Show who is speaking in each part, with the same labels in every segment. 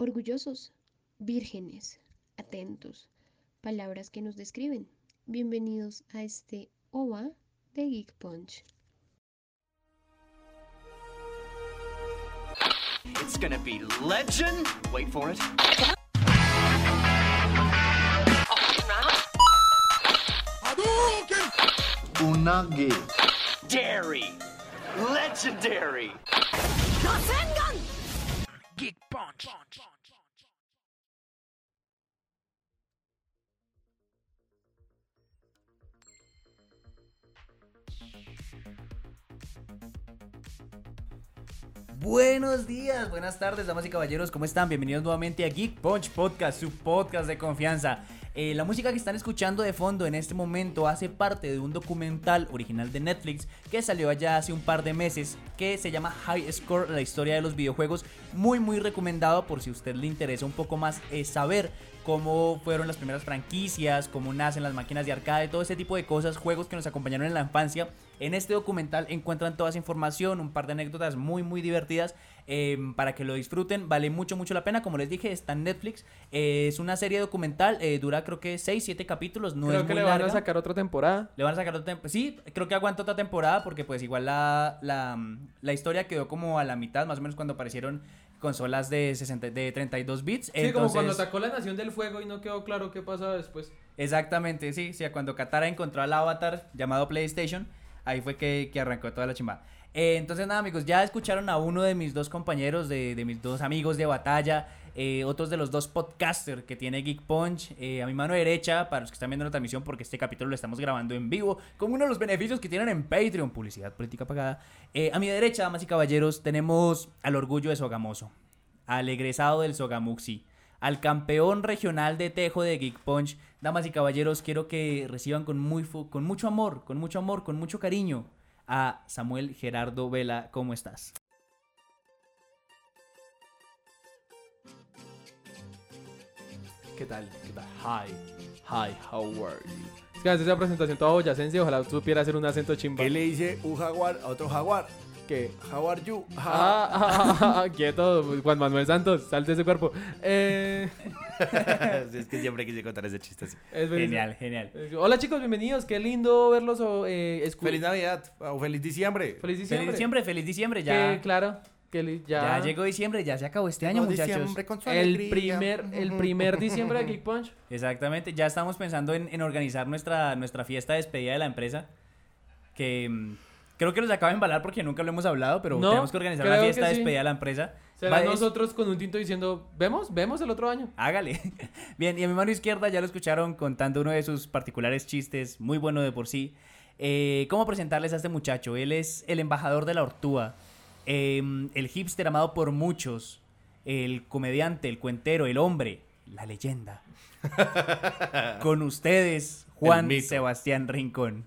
Speaker 1: Orgullosos, vírgenes, atentos, palabras que nos describen. Bienvenidos a este OVA de Geek Punch.
Speaker 2: It's gonna be legend. Wait for it.
Speaker 3: Unagi.
Speaker 2: Dairy. Legendary. Geek Punch.
Speaker 4: Buenos días, buenas tardes, damas y caballeros, ¿cómo están? Bienvenidos nuevamente a Geek Punch Podcast, su podcast de confianza. Eh, la música que están escuchando de fondo en este momento hace parte de un documental original de Netflix que salió allá hace un par de meses que se llama High Score, la historia de los videojuegos. Muy, muy recomendado por si a usted le interesa un poco más eh, saber cómo fueron las primeras franquicias, cómo nacen las máquinas de arcade, todo ese tipo de cosas, juegos que nos acompañaron en la infancia. En este documental encuentran toda esa información, un par de anécdotas muy muy divertidas eh, para que lo disfruten. Vale mucho mucho la pena, como les dije, está en Netflix. Eh, es una serie documental, eh, dura creo que 6, 7 capítulos, no
Speaker 5: Creo
Speaker 4: es
Speaker 5: que
Speaker 4: muy
Speaker 5: le van
Speaker 4: larga.
Speaker 5: a sacar otra temporada.
Speaker 4: Le van a sacar otra temporada. Sí, creo que aguanta otra temporada porque pues igual la, la, la historia quedó como a la mitad, más o menos cuando aparecieron consolas de, 60, de 32 bits.
Speaker 5: Sí, como cuando
Speaker 4: Entonces-
Speaker 5: atacó la Nación del Fuego y no quedó claro qué pasaba después.
Speaker 4: Exactamente, sí. sí, cuando Katara encontró al avatar llamado PlayStation, ahí fue que, que arrancó toda la chimba. Eh, entonces, nada, amigos, ya escucharon a uno de mis dos compañeros, de, de mis dos amigos de batalla, eh, otros de los dos podcasters que tiene Geek Punch. eh, a mi mano derecha, para los que están viendo la transmisión, porque este capítulo lo estamos grabando en vivo, como uno de los beneficios que tienen en Patreon, publicidad política pagada. Eh, a mi derecha, damas y caballeros, tenemos al orgullo de Sogamoso al egresado del Sogamuxi, al campeón regional de tejo de Geek Punch. Damas y caballeros, quiero que reciban con, muy fu- con mucho amor, con mucho amor, con mucho cariño a Samuel Gerardo Vela. ¿Cómo estás?
Speaker 5: ¿Qué tal? ¿Qué tal? Hi. Hi, how are you? Es que haces esa presentación toda boyacense, ojalá supiera hacer un acento chimba.
Speaker 3: ¿Qué le dice un jaguar a otro jaguar?
Speaker 5: ¿Qué?
Speaker 3: How are you? Ja.
Speaker 5: Ah, ah, ah, ah, ah, quieto, Juan Manuel Santos, salte de ese cuerpo. Eh,
Speaker 6: es que siempre quise contar ese chiste así.
Speaker 5: es buenísimo.
Speaker 4: Genial, genial.
Speaker 5: Eh, Hola chicos, bienvenidos, qué lindo verlos. o, eh, escu-
Speaker 3: Feliz Navidad o feliz diciembre.
Speaker 5: Feliz diciembre.
Speaker 4: Feliz diciembre, feliz diciembre, ya.
Speaker 5: Que, claro, que li- ya,
Speaker 4: Ya llegó diciembre, ya se acabó este año,
Speaker 3: Feliz
Speaker 4: muchachos.
Speaker 3: diciembre con su
Speaker 5: el
Speaker 3: alegría.
Speaker 5: primer, el primer diciembre de Geek Punch.
Speaker 4: Exactamente, ya estamos pensando en, en organizar nuestra, nuestra fiesta de despedida de la empresa. Que mm, creo que los acabo de embalar porque nunca lo hemos hablado, pero
Speaker 5: No,
Speaker 4: tenemos que organizar una
Speaker 5: creo que
Speaker 4: fiesta de
Speaker 5: sí.
Speaker 4: despedida de la empresa.
Speaker 5: Será
Speaker 4: Va- es-
Speaker 5: nosotros con un tinto diciendo, vemos, vemos el otro año.
Speaker 4: Hágale. Bien, y a mi mano izquierda ya lo escucharon contando uno de sus particulares chistes, muy bueno de por sí. Eh, ¿Cómo presentarles a este muchacho? Él es el embajador de la ortúa, em, el hipster amado por muchos, el comediante, el cuentero, el hombre, la leyenda. Con ustedes, Juan
Speaker 6: mito.
Speaker 4: Sebastián Rincón.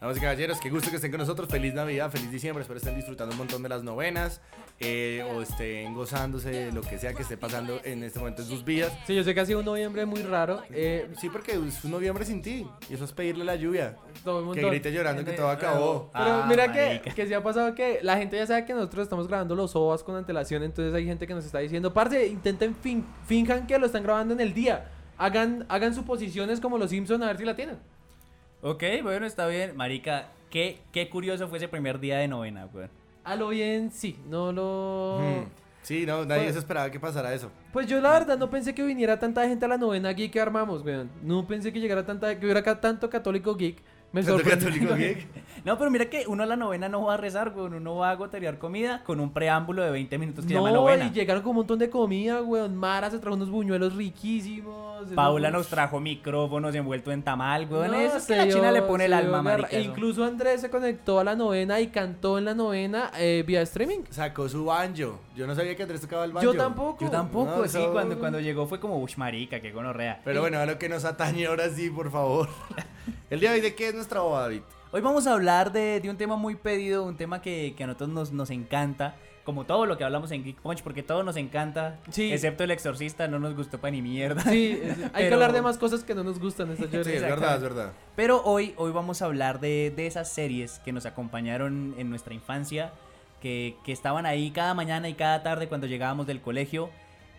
Speaker 3: Damas y caballeros, qué gusto que estén con nosotros. Feliz Navidad, feliz diciembre. Espero estén disfrutando un montón de las novenas eh, o estén gozándose de lo que sea que esté pasando en este momento en sus vidas.
Speaker 5: Sí, yo sé que ha sido un noviembre muy raro.
Speaker 3: Eh, sí, porque es un noviembre sin ti y eso es pedirle la lluvia.
Speaker 5: Todo el mundo.
Speaker 3: Que grite llorando que todo acabó.
Speaker 5: Pero
Speaker 6: Ah,
Speaker 5: mira que,
Speaker 6: marica.
Speaker 5: que sí ha pasado que la gente ya sabe que nosotros estamos grabando los OVAs con antelación, entonces hay gente que nos está diciendo, parce, intenten fin- finjan que lo están grabando en el día. Hagan, hagan suposiciones como los Simpsons a ver si la tienen.
Speaker 4: Ok, bueno, está bien. Marica, qué, qué curioso fue ese primer día de novena, weón.
Speaker 5: A lo bien, sí, no lo...
Speaker 3: Mm. Sí, no, nadie
Speaker 5: Pues-
Speaker 3: se esperaba que pasara eso.
Speaker 5: Pues yo la verdad no pensé que viniera tanta gente a la novena geek que armamos, weón. No pensé que llegara tanta, que hubiera acá tanto católico geek. Me
Speaker 3: Santo
Speaker 5: sorprendió.
Speaker 3: Católico Geek.
Speaker 4: No, pero mira que uno a la novena no va a rezar, weón. Uno va a gotear comida con un preámbulo de 20 minutos Pues que llama
Speaker 5: No,
Speaker 4: novena.
Speaker 5: y llegaron con un montón de comida, weón. Mara se trajo unos buñuelos riquísimos. eso
Speaker 4: Paula
Speaker 5: fue-
Speaker 4: nos trajo micrófonos envuelto en tamal, weón.
Speaker 5: No,
Speaker 4: eso es que
Speaker 5: se
Speaker 4: la
Speaker 5: dio-
Speaker 4: China le pone el
Speaker 5: se dio
Speaker 4: alma,
Speaker 5: garra.
Speaker 4: marica. eso.
Speaker 5: Incluso Andrés se conectó a la novena y cantó en la novena eh, vía streaming.
Speaker 3: Sacó su banjo. Yo no sabía que Andrés tocaba el banjo.
Speaker 5: Yo tampoco.
Speaker 4: Yo tampoco,
Speaker 3: No,
Speaker 4: sí,
Speaker 3: eso-
Speaker 4: cuando, cuando llegó fue como, uff, marica, qué gonorrea.
Speaker 3: Pero bueno, a lo que nos atañe ahora sí, por favor. El día de hoy, ¿de qué es nuestra boba, David?
Speaker 4: Hoy vamos a hablar de, de un tema muy pedido, un tema que, que a nosotros nos, nos encanta, como todo lo que hablamos en Geek Punch, porque todo nos encanta,
Speaker 5: Sí.
Speaker 4: excepto el exorcista, no nos gustó pa' ni mierda.
Speaker 5: Sí, es- hay que
Speaker 4: Pero-
Speaker 5: hablar de más cosas que no nos gustan esta
Speaker 3: Sí,
Speaker 5: Jordi.
Speaker 3: es verdad, es verdad.
Speaker 4: Pero hoy, hoy vamos a hablar de, de esas series que nos acompañaron en nuestra infancia, que, que estaban ahí cada mañana y cada tarde cuando llegábamos del colegio.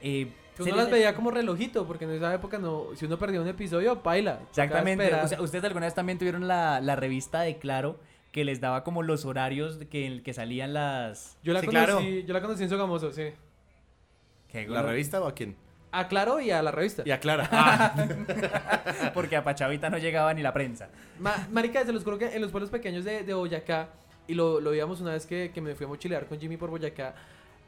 Speaker 4: Eh,
Speaker 5: Que uno
Speaker 4: series
Speaker 5: las
Speaker 4: de-
Speaker 5: veía como relojito, porque en esa época no, si uno perdía un episodio, paila. tocaba
Speaker 4: Exactamente.
Speaker 5: esperar.
Speaker 4: O sea, ustedes alguna vez también tuvieron la, la revista de Claro que les daba como los horarios de que, en el que salían las...
Speaker 5: yo, la
Speaker 6: sí,
Speaker 5: conocí,
Speaker 6: claro.
Speaker 5: yo la conocí en Sogamoso, sí.
Speaker 4: ¿Qué,
Speaker 3: ¿La revista o a quién?
Speaker 5: A Claro y a la revista.
Speaker 3: Y a Clara. Ah,
Speaker 4: Porque a Pachavita no llegaba ni la prensa.
Speaker 5: Ma- marica, se los juro que en los pueblos pequeños de, de Boyacá, y lo, lo veíamos una vez que, que me fui a mochilear con Jimmy por Boyacá,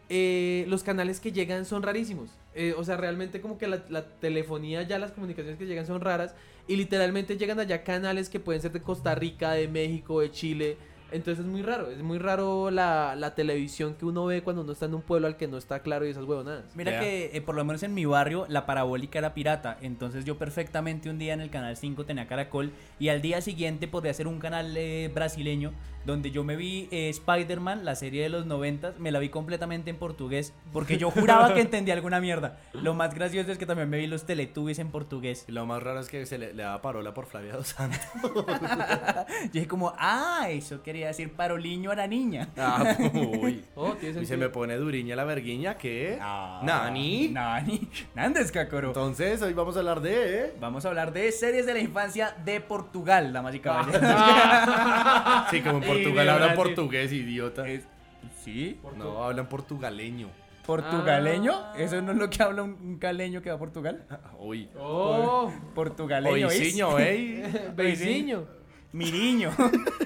Speaker 5: eh, los canales que llegan son rarísimos. Eh, o sea, realmente como que la, la telefonía ya, las comunicaciones que llegan son raras. Y literalmente llegan allá canales que pueden ser de Costa Rica, de México, de Chile. Entonces es muy raro, es muy raro la, la televisión que uno ve cuando uno está en un pueblo al que no está claro y esas huevonadas.
Speaker 4: Mira
Speaker 6: Vea.
Speaker 4: que eh, por lo menos en mi barrio la parabólica era pirata, entonces yo perfectamente un día en el canal 5 tenía Caracol y al día siguiente podría ser un canal eh, brasileño donde yo me vi eh, Spider-Man, la serie de los 90, me la vi completamente en portugués porque yo juraba que entendía alguna mierda. Lo más gracioso es que también me vi los Teletubbies en portugués.
Speaker 3: y lo más raro es que se le, le daba parola por Flavia Dos Santos.
Speaker 4: Yo dije como, ah, eso quería decir paroliño a la niña.
Speaker 3: Ah, uy.
Speaker 5: Oh, tiene
Speaker 3: Y se me
Speaker 5: sentido.
Speaker 3: pone duriña la verguiña, ¿qué?
Speaker 4: Ah.
Speaker 3: Nani.
Speaker 4: Nani. Nandes, Kakoro.
Speaker 3: Ah. Entonces, hoy vamos a hablar de... ¿eh?
Speaker 4: Vamos a hablar de series de la infancia de Portugal, damas y caballeros.
Speaker 3: Sí, como en
Speaker 5: de
Speaker 3: Portugal hablan
Speaker 5: Brasil.
Speaker 3: portugués, idiota.
Speaker 4: Es- ¿Sí?
Speaker 3: No, hablan portugaleño.
Speaker 4: ¿Portugaleño?
Speaker 5: Ah.
Speaker 4: ¿Eso no es lo que habla un, un caleño que va a Portugal?
Speaker 3: Hoy.
Speaker 5: Oh,
Speaker 4: Portugaleño es.
Speaker 3: Oiciño, ¿eh?
Speaker 5: Pues, vecino.
Speaker 4: Mi niño.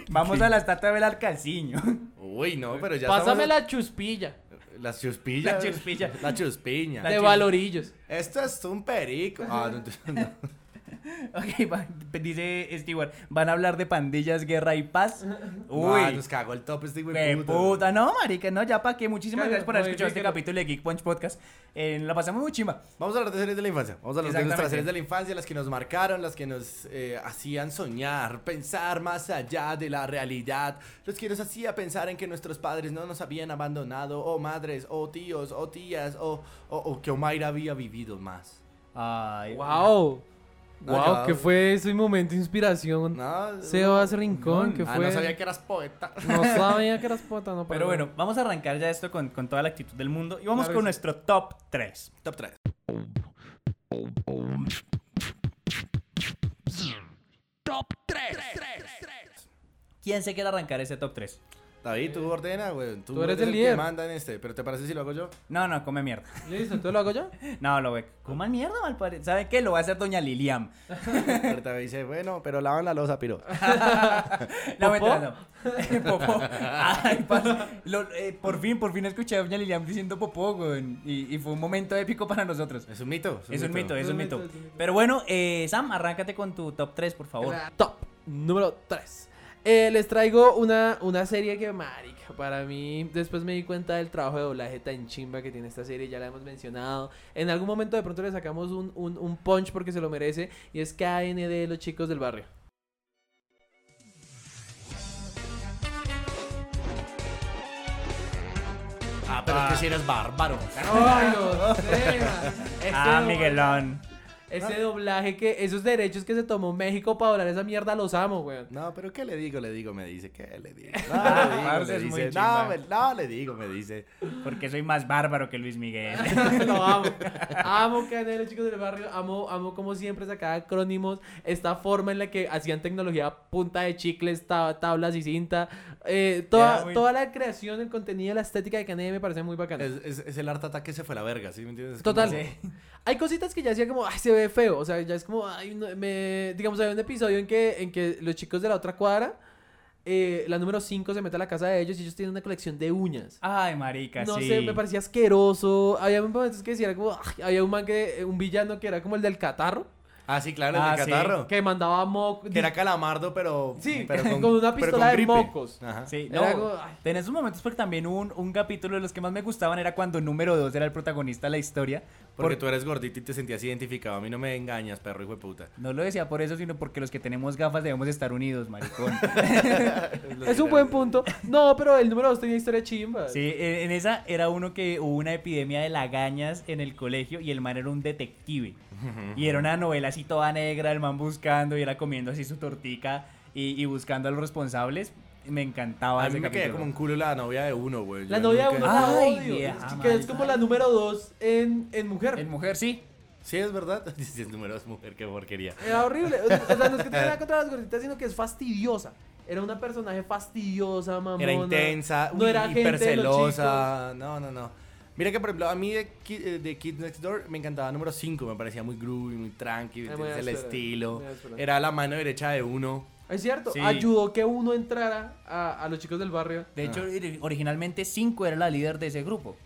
Speaker 4: Vamos a la estatua del alcalciño.
Speaker 3: Uy, no, pero ya
Speaker 5: Pásame
Speaker 3: estamos-
Speaker 5: la chuspilla
Speaker 3: La chuspilla.
Speaker 4: La chuspilla.
Speaker 3: La chuspiña.
Speaker 5: de
Speaker 4: chus-
Speaker 5: valorillos.
Speaker 3: Esto es un perico. Ah, no, no.
Speaker 4: ok, va- dice Stewart, ¿van a hablar de pandillas, guerra y paz? Uy.
Speaker 3: Ah, nos cagó el top este
Speaker 4: Qué
Speaker 3: güey.
Speaker 4: puta, no, marica, no, ya pa' que muchísimas
Speaker 5: Claro,
Speaker 4: gracias por haber
Speaker 5: muy
Speaker 4: escuchado este
Speaker 5: rico.
Speaker 4: capítulo de Geek Punch Podcast. Eh, la pasamos muy chimba.
Speaker 3: Vamos a hablar de series de la infancia. Vamos a hablar de nuestras
Speaker 4: Exactamente.
Speaker 3: series de la infancia, las que nos marcaron, las que nos eh, hacían soñar, pensar más allá de la realidad, los que nos hacía pensar en que nuestros padres no nos habían abandonado, o madres, o tíos, o tías, o, o, o que Omaira había vivido más.
Speaker 4: Ay,
Speaker 5: Wow.
Speaker 3: No,
Speaker 5: wow,
Speaker 3: yo-
Speaker 5: que fue ese momento de inspiración.
Speaker 3: No,
Speaker 5: Sebas Rincón, que
Speaker 3: ah,
Speaker 5: fue.
Speaker 3: no sabía que eras poeta.
Speaker 5: No sabía que eras pota, no
Speaker 4: Pero
Speaker 5: perdón.
Speaker 4: bueno, vamos a arrancar ya esto con, con toda la actitud del mundo y vamos
Speaker 5: Claro que
Speaker 4: con
Speaker 5: sí.
Speaker 4: nuestro top 3.
Speaker 3: Top 3.
Speaker 4: ¿Quién se quiere arrancar ese top 3?
Speaker 3: David, tú ordena, güey. Tú,
Speaker 5: Tú eres el
Speaker 3: que
Speaker 5: líder.
Speaker 3: manda en este, pero ¿te parece si lo hago yo?
Speaker 4: No, no, come mierda.
Speaker 5: Listo, ¿entonces lo hago yo?
Speaker 4: No, lo ve. Coman mierda, malpare. ¿Sabe qué? Lo va a hacer doña Lilian.
Speaker 3: Ahorita me dice, bueno, pero lavan la losa, piro.
Speaker 4: No, mentira, no. popó. Ay, parce. Lo- eh, por fin, por fin escuché a doña Lilian diciendo popó, güey. Y, y fue un momento épico para nosotros.
Speaker 3: Es un mito.
Speaker 4: Es un mito, es un mito.
Speaker 5: es un mito.
Speaker 4: Pero bueno, eh, Sam, arráncate con tu top 3, por favor.
Speaker 5: Top número 3. les traigo una, una serie que, marica, para mí, después me di cuenta del trabajo de doblaje tan chimba que tiene esta serie, ya la hemos mencionado. En algún momento de pronto le sacamos un, un, un punch porque se lo merece, y es KND, los chicos del barrio.
Speaker 3: Ah, pero es que si eres bárbaro. este,
Speaker 5: Ay, Este no sé, man. Ese
Speaker 4: Ah,
Speaker 5: do-
Speaker 4: Miguelón.
Speaker 5: Ese doblaje que, esos derechos que se tomó México para doblar esa mierda, los amo, weón.
Speaker 3: No, pero ¿qué le digo? Le digo, me dice. ¿Qué le digo?
Speaker 4: Ah,
Speaker 3: No, le digo,
Speaker 4: parce,
Speaker 3: le
Speaker 4: es muy
Speaker 3: dice.
Speaker 4: chimba.
Speaker 3: No, me- no, le digo, me dice.
Speaker 4: Porque soy más bárbaro que Luis Miguel.
Speaker 5: Lo amo. Amo Canelo, chicos del barrio. Amo, amo como siempre sacaba acrónimos. Esta forma en la que hacían tecnología a punta de chicles, ta- tablas y cinta. Eh, toda,
Speaker 4: Ya, muy-
Speaker 5: toda la creación, el contenido, la estética de Canelo me parece muy bacana.
Speaker 3: Es, es- es el art attack que se fue a la verga, ¿sí me entiendes?
Speaker 5: Total.
Speaker 3: Como-
Speaker 5: Hay cositas que ya hacía como, ay, se ve feo. O sea, ya es como, ay, no, me... digamos, había un episodio en que, en que los chicos de la otra cuadra, eh, la número 5 se mete a la casa de ellos y ellos tienen una colección de uñas.
Speaker 4: Ay, marica,
Speaker 5: No
Speaker 4: sí.
Speaker 5: sé, me parecía asqueroso. Había momentos que decía como, ay, había un man que, eh, un villano que era como el del catarro,
Speaker 3: Ah, sí, claro, el
Speaker 4: Ah,
Speaker 3: de
Speaker 4: sí.
Speaker 3: catarro.
Speaker 5: que mandaba moco.
Speaker 3: Que era calamardo, pero.
Speaker 5: Sí,
Speaker 3: pero
Speaker 5: con una
Speaker 3: pero
Speaker 5: pistola de
Speaker 3: gripe.
Speaker 5: mocos.
Speaker 3: Ajá.
Speaker 4: Sí, no.
Speaker 5: Era como, ay.
Speaker 4: En esos momentos, porque también hubo un, un capítulo de los que más me gustaban era cuando número 2 era el protagonista de la historia.
Speaker 3: Porque
Speaker 4: Por-
Speaker 3: tú eres gordito y te sentías identificado. A mí no me engañas, perro hijo de puta.
Speaker 4: No lo decía por eso, sino porque los que tenemos gafas debemos estar unidos, maricón.
Speaker 5: Es un buen punto. No, pero el número 2 tenía historia chimba.
Speaker 4: Sí, en en esa era uno que hubo una epidemia de lagañas en el colegio y el man era un detective. Y era una novela así toda negra, el man buscando y era comiendo así su tortica y, y buscando a los responsables. Me encantaba
Speaker 3: A
Speaker 4: ese
Speaker 3: mí me quedé
Speaker 4: capítulo.
Speaker 3: como un culo la novia de uno, güey.
Speaker 5: La
Speaker 3: Yo
Speaker 5: novia de uno
Speaker 3: nunca-
Speaker 5: la
Speaker 4: Ay,
Speaker 5: odio.
Speaker 4: vieja
Speaker 5: Es que es como la número 2 en, en mujer.
Speaker 4: En mujer, sí.
Speaker 3: Sí, es verdad. Dices número es mujer, qué porquería.
Speaker 5: Era horrible. O sea, no es que
Speaker 3: Eh.
Speaker 5: tenga nada contra las gorditas, sino que es fastidiosa. Era una personaje fastidiosa, mamona.
Speaker 3: Era intensa,
Speaker 5: No era gente de los
Speaker 3: hipercelosa. No, no, no. Mira que, por ejemplo, a mí de Kid, eh, de Kid Next Door me encantaba número 5. Me parecía muy groovy, muy tranqui.
Speaker 5: Eh, muy
Speaker 3: tenía el
Speaker 5: áspero,
Speaker 3: estilo.
Speaker 5: muy áspero.
Speaker 3: Era la mano derecha de uno.
Speaker 5: Es cierto,
Speaker 4: Sí.
Speaker 5: ayudó que uno entrara a, a los chicos del barrio.
Speaker 4: De hecho, ori- originalmente Cinco era la líder de ese grupo.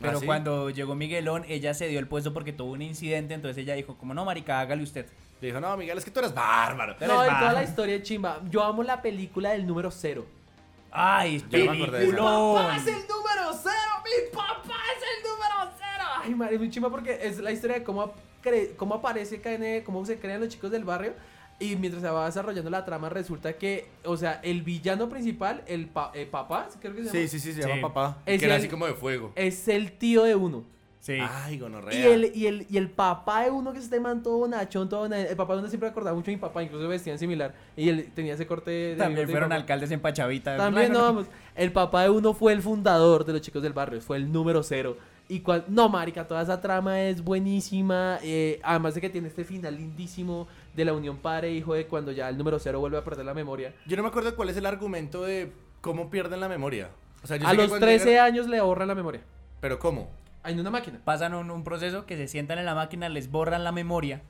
Speaker 4: Pero
Speaker 3: ¿Ah, sí?
Speaker 4: cuando llegó Miguelón, ella se dio el puesto porque tuvo un incidente, entonces ella dijo, como no, marica, hágale usted.
Speaker 3: Le dijo, no, Miguel, es que tú eres bárbaro.
Speaker 5: No, y toda la historia es chimba. Yo amo la película del número cero.
Speaker 4: ¡Ay,
Speaker 3: Yo no me acordé de eso.
Speaker 4: peliculón!
Speaker 5: número cero! ¡Mi papá es el número cero! Ay, madre, es muy chimba porque es la historia de cómo, cre- cómo aparece KN, cómo se crean los chicos del barrio. Y mientras se va desarrollando la trama, resulta que, o sea, el villano principal, el pa- eh, papá, creo que se llama,
Speaker 3: Sí, sí, sí, se
Speaker 4: Sí.
Speaker 3: llama papá.
Speaker 5: Es
Speaker 3: que era
Speaker 5: el-
Speaker 3: así como de fuego.
Speaker 5: es el tío de uno.
Speaker 4: Sí.
Speaker 3: Ay, gonorrea.
Speaker 5: Y el, y, el, y el papá de uno que se man todo nachón, todo na- El papá de uno siempre acordaba mucho a mi papá, incluso vestían similar. Y él tenía ese corte de bigote
Speaker 4: También
Speaker 5: de mi
Speaker 4: fueron
Speaker 5: papá.
Speaker 4: alcaldes en Pachavita.
Speaker 5: También no vamos. El papá de uno fue el fundador de los chicos del barrio, fue el número cero. Y cual, no, marica, toda esa trama es buenísima. eh, además de que tiene este final lindísimo de la unión padre e hijo de cuando ya el número cero vuelve a perder la memoria.
Speaker 3: Yo no me acuerdo cuál es el argumento de cómo pierden la memoria. O sea, yo
Speaker 5: a
Speaker 3: sé que
Speaker 5: los
Speaker 3: cuando
Speaker 5: 13
Speaker 3: llegan-
Speaker 5: años le ahorran la memoria.
Speaker 3: Pero ¿cómo?
Speaker 5: En una máquina.
Speaker 4: Pasan un, un proceso que se sientan en la máquina, les borran la memoria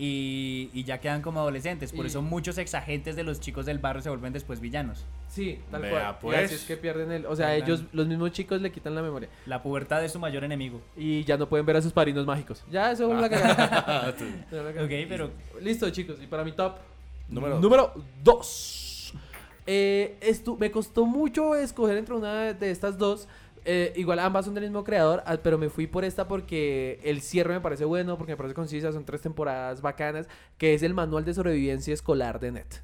Speaker 4: y, y ya quedan como adolescentes. Por
Speaker 5: Y-
Speaker 4: eso muchos exagentes de los chicos del barrio se vuelven después villanos.
Speaker 5: Sí, tal
Speaker 3: Vea,
Speaker 5: cual.
Speaker 3: pues.
Speaker 5: Y así es que pierden el. O sea,
Speaker 4: Verdad.
Speaker 5: ellos, los mismos chicos, le quitan la memoria.
Speaker 4: La pubertad es su mayor enemigo.
Speaker 5: Y ya no pueden ver a sus padrinos mágicos. Ya, eso
Speaker 3: Ah.
Speaker 5: es la cagada. Eso es la cagada.
Speaker 4: Ok, pero
Speaker 5: Listo, chicos. Y para mi top,
Speaker 3: Número-
Speaker 5: número 2. me costó mucho escoger entre una de estas dos. Eh, igual ambas son del mismo creador, ah, pero me fui por esta porque el cierre me parece bueno, porque me parece concisa, son tres temporadas bacanas, que es el manual de sobrevivencia escolar de Net.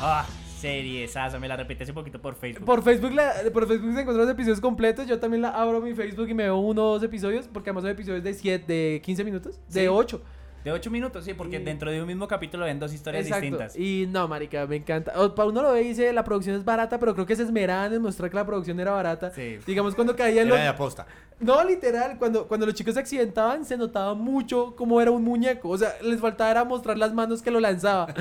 Speaker 4: Ah, seriesazo, me la repetí hace poquito por Facebook.
Speaker 5: Por Facebook, la- por Facebook se encuentran los episodios completos. Yo también la abro mi Facebook y me veo uno o dos episodios, porque además son episodios de 7, de 15 minutos,
Speaker 4: Sí.
Speaker 5: de 8.
Speaker 4: De 8 minutos, sí, porque
Speaker 5: Y-
Speaker 4: dentro de un mismo capítulo ven dos historias distintas.
Speaker 5: Y no, marica, me encanta. O, para uno lo ve y dice, la producción es barata, pero creo que se esmeraban en mostrar que la producción era barata.
Speaker 4: Sí.
Speaker 5: Digamos cuando caían
Speaker 3: Era
Speaker 5: los...
Speaker 3: de aposta.
Speaker 5: No, literal, cuando, cuando los chicos se accidentaban se notaba mucho cómo era un muñeco. O sea, les faltaba era mostrar las manos que lo lanzaba.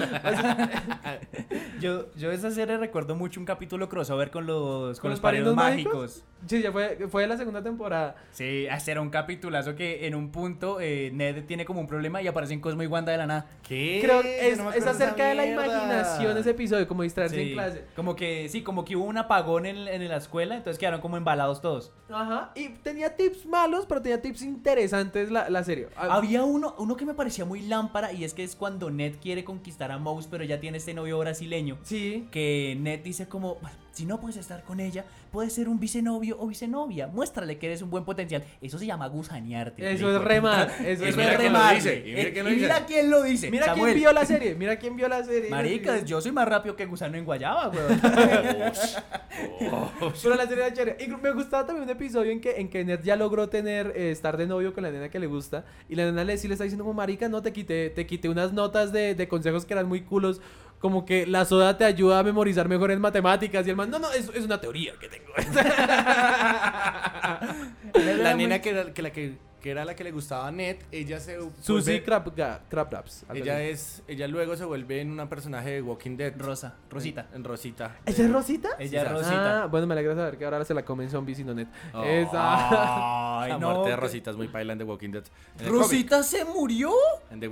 Speaker 4: Yo, yo de esa serie recuerdo mucho un capítulo crossover con los, con
Speaker 5: ¿Con
Speaker 4: los
Speaker 5: los paridos
Speaker 4: padrinos mágicos.
Speaker 5: mágicos? sí, ya fue, fue la segunda temporada.
Speaker 4: Sí, ese era un capitulazo que en un punto eh, Ned tiene como un problema y aparecen Cosmo y Wanda de la nada.
Speaker 3: ¿Qué?
Speaker 5: Creo
Speaker 3: Yo
Speaker 5: que es,
Speaker 3: no me
Speaker 5: es
Speaker 3: acuerdo
Speaker 5: acerca de la
Speaker 3: mierda.
Speaker 5: imaginación ese episodio, como distraerse en clase.
Speaker 4: Como que, sí, como que hubo un apagón en, en la escuela, entonces quedaron como embalados todos.
Speaker 5: Ajá, y tenía tips malos, pero tenía tips interesantes la, la serie. Ah,
Speaker 4: Había uno, uno que me parecía muy lámpara y es que es cuando Ned quiere conquistar a Mouse, pero ya tiene este novio brasileño.
Speaker 5: Sí.
Speaker 4: Que Ned dice como, Si no puedes estar con ella, puedes ser un vicenovio o vicenovia. Muéstrale que eres un buen potencial. Eso se llama gusanearte.
Speaker 5: Eso es remar. Eso
Speaker 6: Y
Speaker 5: es
Speaker 6: mira quién lo
Speaker 5: remar.
Speaker 6: dice, y mira quién lo
Speaker 4: Y mira
Speaker 6: dice.
Speaker 4: quién lo dice.
Speaker 5: Mira quién
Speaker 4: Samuel.
Speaker 5: vio la serie. Mira quién vio la serie.
Speaker 4: Maricas, yo soy más rápido que gusano en guayaba, weón.
Speaker 5: Pero la serie era chévere. Y me gustaba también un episodio en que, en que Ned ya logró tener, eh, estar de novio con la nena que le gusta. Y la nena le, sí le está diciendo, como marica, no te quité, te quité unas notas de, de consejos que eran muy culos. Como que la soda te ayuda a memorizar mejor en matemáticas. Y el man, no, no, es, es una teoría que tengo.
Speaker 3: La nena que era, que la que, que era la que le gustaba a Ned, ella se
Speaker 5: Susie
Speaker 3: vuelve-
Speaker 5: Crab, Ga- Crab Raps. algo
Speaker 3: ella
Speaker 5: así.
Speaker 3: es ella luego se vuelve en una personaje de Walking Dead.
Speaker 4: Rosa, Rosita.
Speaker 3: En, en Rosita.
Speaker 5: ¿Ella
Speaker 3: Eh,
Speaker 5: es Rosita?
Speaker 4: Ella es
Speaker 3: sí,
Speaker 4: Rosita.
Speaker 5: Ah, bueno, me alegra saber que ahora se la comen zombies y no net.
Speaker 3: Oh.
Speaker 5: Esa.
Speaker 4: Ay,
Speaker 3: la
Speaker 4: Ah, no,
Speaker 3: muerte de
Speaker 4: que-
Speaker 3: Rosita es muy paila en The Walking Dead. En el
Speaker 4: ¿Rosita se murió?
Speaker 3: cómic, en The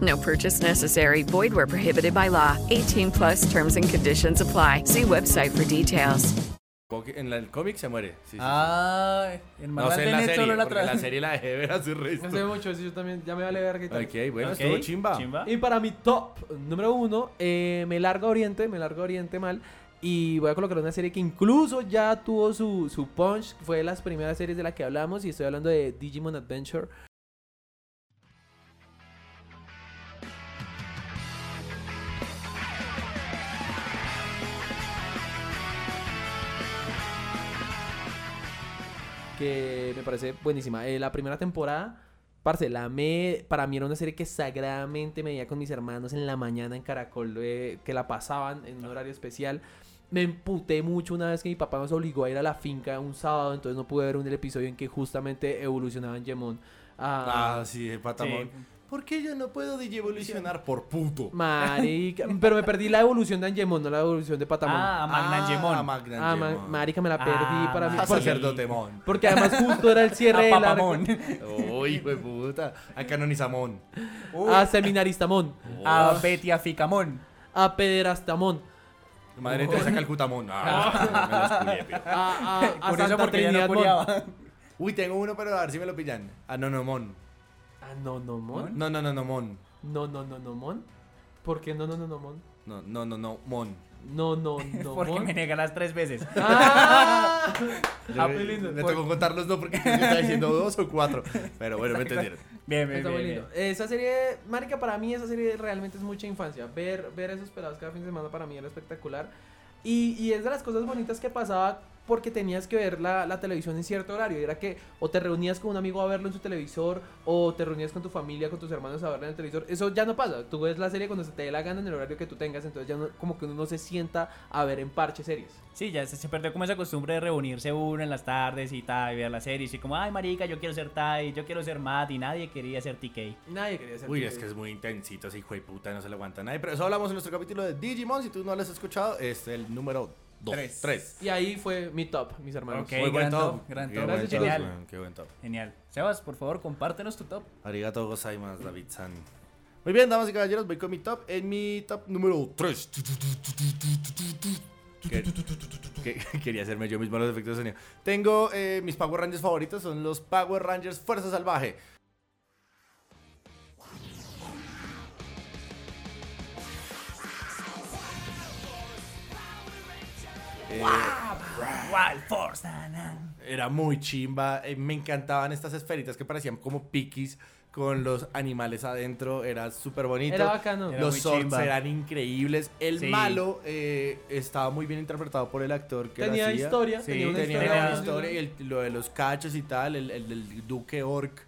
Speaker 7: No purchase necessary. Void where prohibited by law. 18 plus terms and conditions apply. See website for details.
Speaker 3: Walking- en la- el cómic se muere. Sí, sí, sí.
Speaker 4: Ah, Ay, hermano,
Speaker 3: no sé en la serie,
Speaker 4: solo la
Speaker 3: porque la
Speaker 4: tra-
Speaker 3: serie la dejé ver hace resto.
Speaker 5: No sé mucho, sí, yo también ya me vale ver qué tal.
Speaker 3: Ok, bueno,
Speaker 4: Ok,
Speaker 3: estuvo chimba.
Speaker 5: Y para mi top número uno, eh, me larga Oriente, me larga Oriente mal. Y voy a colocar una serie que incluso ya tuvo su, su punch. Fue de las primeras series de la que hablamos y estoy hablando de Digimon Adventure. Que me parece buenísima. Eh, la primera temporada, parce, la amé. Para mí era una serie que sagradamente me veía con mis hermanos en la mañana en Caracol, eh, que la pasaban en un horario especial. Me emputé mucho una vez que mi papá nos obligó a ir a la finca un sábado, entonces no pude ver un el episodio en que justamente evolucionaban Gemon. a-
Speaker 3: Ah, sí, el patamón. ¿Por qué yo no puedo digievolucionar por puto?
Speaker 5: Marica, pero me perdí la evolución de Angemon, no la evolución de Patamon.
Speaker 4: Ah,
Speaker 3: Ah,
Speaker 4: Magnangemon.
Speaker 3: Magnan
Speaker 5: Ah, ma-
Speaker 3: Gemon.
Speaker 5: marica, me la perdí
Speaker 4: Ah,
Speaker 5: para mí.
Speaker 4: ma-
Speaker 5: Porque,
Speaker 3: Sacerdotemón.
Speaker 5: porque además justo era el cierre de
Speaker 4: A
Speaker 5: la...
Speaker 4: Papamón.
Speaker 3: Uy, hueputa. A Canonizamón.
Speaker 5: A Seminaristamon.
Speaker 4: A Betty Aficamón.
Speaker 5: A Pederastamon.
Speaker 3: Madre Teresa Calcutamón. Ah, me los culié, pío.
Speaker 5: A, a, a
Speaker 4: Por eso
Speaker 5: Santa
Speaker 4: porque ella no
Speaker 5: Trinidadmon.
Speaker 4: coreaba.
Speaker 3: Uy, tengo uno, pero a ver si me lo pillan. A Nonomón.
Speaker 5: Ah, no, no, mon.
Speaker 3: No, no, no, no, mon.
Speaker 5: No, no, no, no, mon. ¿Por qué no, no, no, no, mon?
Speaker 3: No, no, no, no, mon.
Speaker 5: No, no, no,
Speaker 4: Porque
Speaker 5: mon.
Speaker 4: me nega las tres veces.
Speaker 5: Ah,
Speaker 3: Ah, Me tocó contarlos, no, porque yo estaba diciendo dos o cuatro. Pero bueno, me entendieron.
Speaker 4: Bien, bien,
Speaker 5: Está
Speaker 4: bien,
Speaker 5: muy
Speaker 4: bien.
Speaker 5: lindo. Esa serie, marica, para mí esa serie realmente es mucha infancia. Ver, ver esos pelados cada fin de semana para mí era espectacular. Y, y es de las cosas bonitas que pasaba porque tenías que ver la, la televisión en cierto horario. Era que o te reunías con un amigo a verlo en su televisor o te reunías con tu familia, con tus hermanos a verlo en el televisor. Eso ya no pasa. Tú ves la serie cuando se te dé la gana en el horario que tú tengas. Entonces ya no- como que uno no se sienta a ver en parche series.
Speaker 4: Sí, ya se, se perdió como esa costumbre de reunirse uno en las tardes y tal, y ver la serie. Y así como, ay, marica, yo quiero ser Tai, yo quiero ser Matt, y nadie quería ser TK.
Speaker 5: Nadie quería ser
Speaker 3: Uy, es que es muy intensito ese hijo de puta, no se le aguanta a nadie. Pero eso hablamos en nuestro capítulo de Digimon. Si tú no lo has escuchado, es el número dos.
Speaker 4: Tres.
Speaker 3: Tres.
Speaker 5: Y ahí fue mi top, mis hermanos.
Speaker 4: Ok. gran top, gran
Speaker 3: Qué
Speaker 4: top.
Speaker 3: buen
Speaker 5: Gracias,
Speaker 3: top,
Speaker 5: chicos.
Speaker 3: man, Qué buen top.
Speaker 4: Genial. Sebas, por favor, compártenos tu top.
Speaker 3: Arigato gozaimasu, David-san. Muy bien, damas y caballeros, voy con mi top. En mi top número 3. quería hacerme yo mismo los efectos de sonido. Tengo eh, mis Power Rangers favoritos, son los Power Rangers Fuerza Salvaje.
Speaker 4: Wild Force, na, na.
Speaker 3: Era muy chimba. eh, me encantaban estas esferitas que parecían como piquis con los animales adentro. Era súper bonito.
Speaker 5: Era bacano.
Speaker 4: Era
Speaker 3: los
Speaker 4: muy
Speaker 3: sorts
Speaker 4: chimba.
Speaker 3: eran increíbles. El
Speaker 4: Sí.
Speaker 3: malo eh, estaba muy bien interpretado por el actor que lo
Speaker 5: Tenía
Speaker 3: hacía.
Speaker 5: historia,
Speaker 4: Sí,
Speaker 5: tenía una
Speaker 3: tenía
Speaker 5: historia.
Speaker 3: una
Speaker 4: buena
Speaker 3: historia y el- lo de los cachos y tal, el, el del duque orc.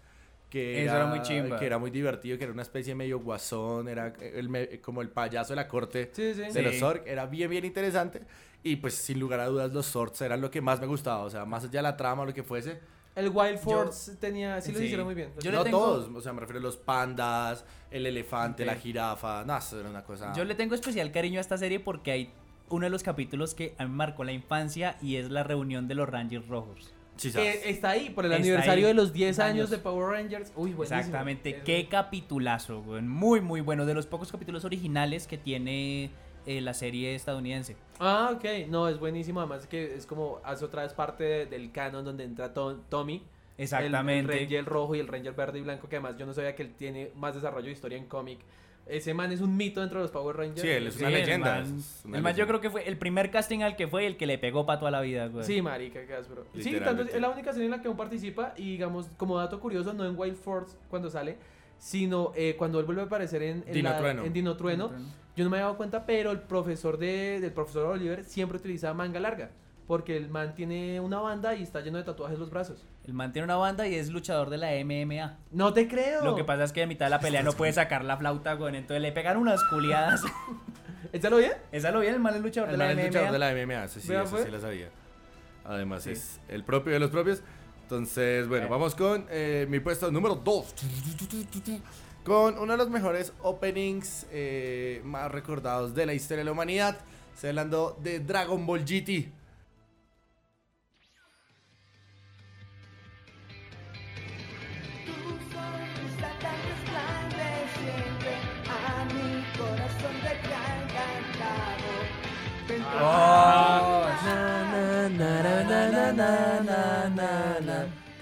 Speaker 3: Que
Speaker 4: Eso era muy chimba.
Speaker 3: Que era muy divertido, que era una especie de medio guasón, era el me- como el payaso de la corte
Speaker 5: Sí, sí.
Speaker 3: de los
Speaker 4: Sí.
Speaker 3: orc. Era bien, bien interesante. Y pues sin lugar a dudas los sorts eran lo que más me gustaba. O sea, más allá de la trama o lo que fuese.
Speaker 5: El Wild Force tenía. Sí, los
Speaker 4: Sí.
Speaker 5: hicieron muy bien.
Speaker 4: Yo le
Speaker 3: no
Speaker 4: tengo-
Speaker 3: todos, o sea, me refiero a los pandas, el elefante,
Speaker 4: Ok.
Speaker 3: la jirafa. No, eso era una cosa...
Speaker 5: Ah.
Speaker 4: Yo le tengo especial cariño a esta serie porque hay uno de los capítulos que a mí me marcó la infancia y es la reunión de los Rangers Rojos.
Speaker 6: Sí, sabes.
Speaker 4: Eh,
Speaker 5: que está ahí por el
Speaker 4: Está
Speaker 5: aniversario
Speaker 4: ahí.
Speaker 5: de los 10 años,
Speaker 4: Años.
Speaker 5: de Power Rangers. Uy, buenísimo.
Speaker 4: Exactamente,
Speaker 5: Es-
Speaker 4: qué capitulazo, güey. Muy, muy bueno. De los pocos capítulos originales que tiene eh, la serie estadounidense.
Speaker 5: Ah, ok. No, es buenísimo. Además que es como hace otra vez parte de- del canon donde entra To- Tommy.
Speaker 4: Exactamente.
Speaker 5: El, el Ranger rojo y el Ranger verde y blanco, que además yo no sabía que él tiene más desarrollo de historia en cómic. Ese man es un mito dentro de los Power Rangers.
Speaker 6: Sí, él es una
Speaker 4: Sí, el
Speaker 6: leyenda.
Speaker 4: man-
Speaker 6: es una
Speaker 4: el man yo
Speaker 6: leyenda.
Speaker 4: creo que fue el primer casting al que fue y el que le pegó para toda la vida, güey.
Speaker 5: Sí, marica, qué áspero. Sí,
Speaker 6: Literalmente.
Speaker 5: tanto, es la única serie en la que aún participa y digamos, como dato curioso, no en Wild Force cuando sale, sino eh, cuando él vuelve a aparecer en, en,
Speaker 3: Dino
Speaker 5: la-
Speaker 3: Trueno.
Speaker 5: en Dino Trueno.
Speaker 4: Trueno.
Speaker 5: Yo no me había dado cuenta, pero el profesor de, del profesor Oliver siempre utiliza manga larga, porque el man tiene una banda y está lleno de tatuajes en los brazos.
Speaker 4: El man tiene una banda y es luchador de la MMA.
Speaker 5: No te creo.
Speaker 4: Lo que pasa es que a mitad de la pelea no puede sacar la flauta, güey. Entonces le pegaron unas culiadas.
Speaker 5: ¿Está lo bien?
Speaker 4: Esa lo vi, el man es luchador
Speaker 3: El
Speaker 4: de
Speaker 3: man
Speaker 4: la
Speaker 3: Ah, es
Speaker 4: MMA.
Speaker 3: luchador de la MMA, sí, sí,
Speaker 5: Vea,
Speaker 3: eso
Speaker 5: pues.
Speaker 3: sí la sabía. Además es el propio de los propios. Entonces, bueno, vamos con eh, mi puesto número 2. Con uno de los mejores openings eh, más recordados de la historia de la humanidad. Estoy hablando de Dragon Ball GT.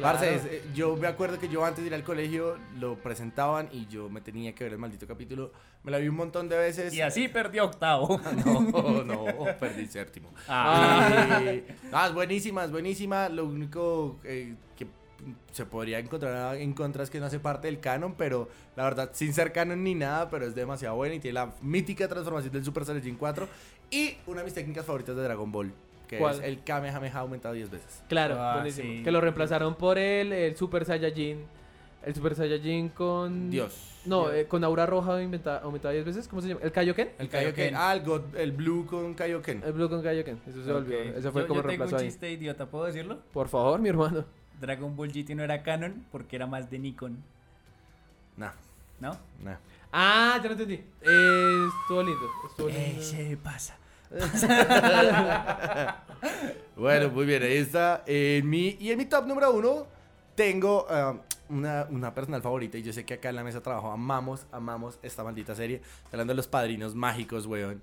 Speaker 3: Parce, es, eh, yo me acuerdo que yo antes de ir al colegio lo presentaban y yo me tenía que ver el maldito capítulo. Me la vi un montón de veces.
Speaker 4: Y así perdió octavo.
Speaker 3: No, no, perdí séptimo. Eh, ah, es buenísima, es buenísima. Lo único eh, que se podría encontrar en contra es que no hace parte del canon, pero la verdad, sin ser canon ni nada, pero es demasiado buena y tiene la mítica transformación del Super Saiyajin 4 y una de mis técnicas favoritas de Dragon Ball, que
Speaker 5: ¿Cuál?
Speaker 3: es el Kamehameha aumentado 10 veces.
Speaker 5: Claro,
Speaker 4: Ah,
Speaker 5: buenísimo.
Speaker 4: sí.
Speaker 5: Que lo reemplazaron por el, el Super Saiyajin. El Super Saiyajin con.
Speaker 3: Dios.
Speaker 5: No, eh, con Aura Roja inventa- aumentada 10 veces. ¿Cómo se llama? ¿El Kaioken?
Speaker 3: El Kaioken. Ah, el, God- el Blue con Kaioken.
Speaker 5: El Blue con Kaioken. Eso se olvidó. Ese fue
Speaker 4: yo, yo tengo
Speaker 5: como reemplazó
Speaker 4: un
Speaker 5: ahí.
Speaker 4: chiste idiota, ¿puedo decirlo?
Speaker 5: Por favor, mi hermano.
Speaker 4: Dragon Ball GT no era canon porque era más de Nikon,
Speaker 3: Nah,
Speaker 4: ¿no?
Speaker 3: nah.
Speaker 5: Ah, ya lo entendí. Eh, estuvo lindo. Estuvo
Speaker 4: Eh,
Speaker 5: lindo.
Speaker 4: se pasa.
Speaker 3: Bueno, muy bien, ahí está. En mi, y en mi top número uno tengo ah, una, una personal favorita. Y yo sé que acá en la mesa de trabajo amamos, amamos esta maldita serie. Estoy Hablando de los padrinos mágicos, weón.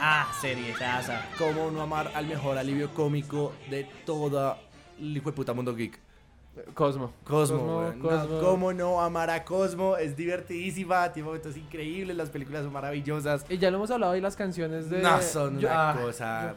Speaker 4: Ah, serie, taza.
Speaker 3: ¿Cómo no amar al mejor alivio cómico de toda el hijo de puta mundo geek?
Speaker 5: Cosmo.
Speaker 3: Cosmo,
Speaker 5: Cosmo,
Speaker 3: weón. No,
Speaker 5: Cosmo.
Speaker 3: ¿Cómo no amar a Cosmo? Es divertidísima, tiene momentos increíbles, las películas son maravillosas.
Speaker 5: Y ya lo hemos hablado y las canciones de.
Speaker 3: No son
Speaker 5: Yo-
Speaker 3: una
Speaker 5: Ah,
Speaker 3: cosa.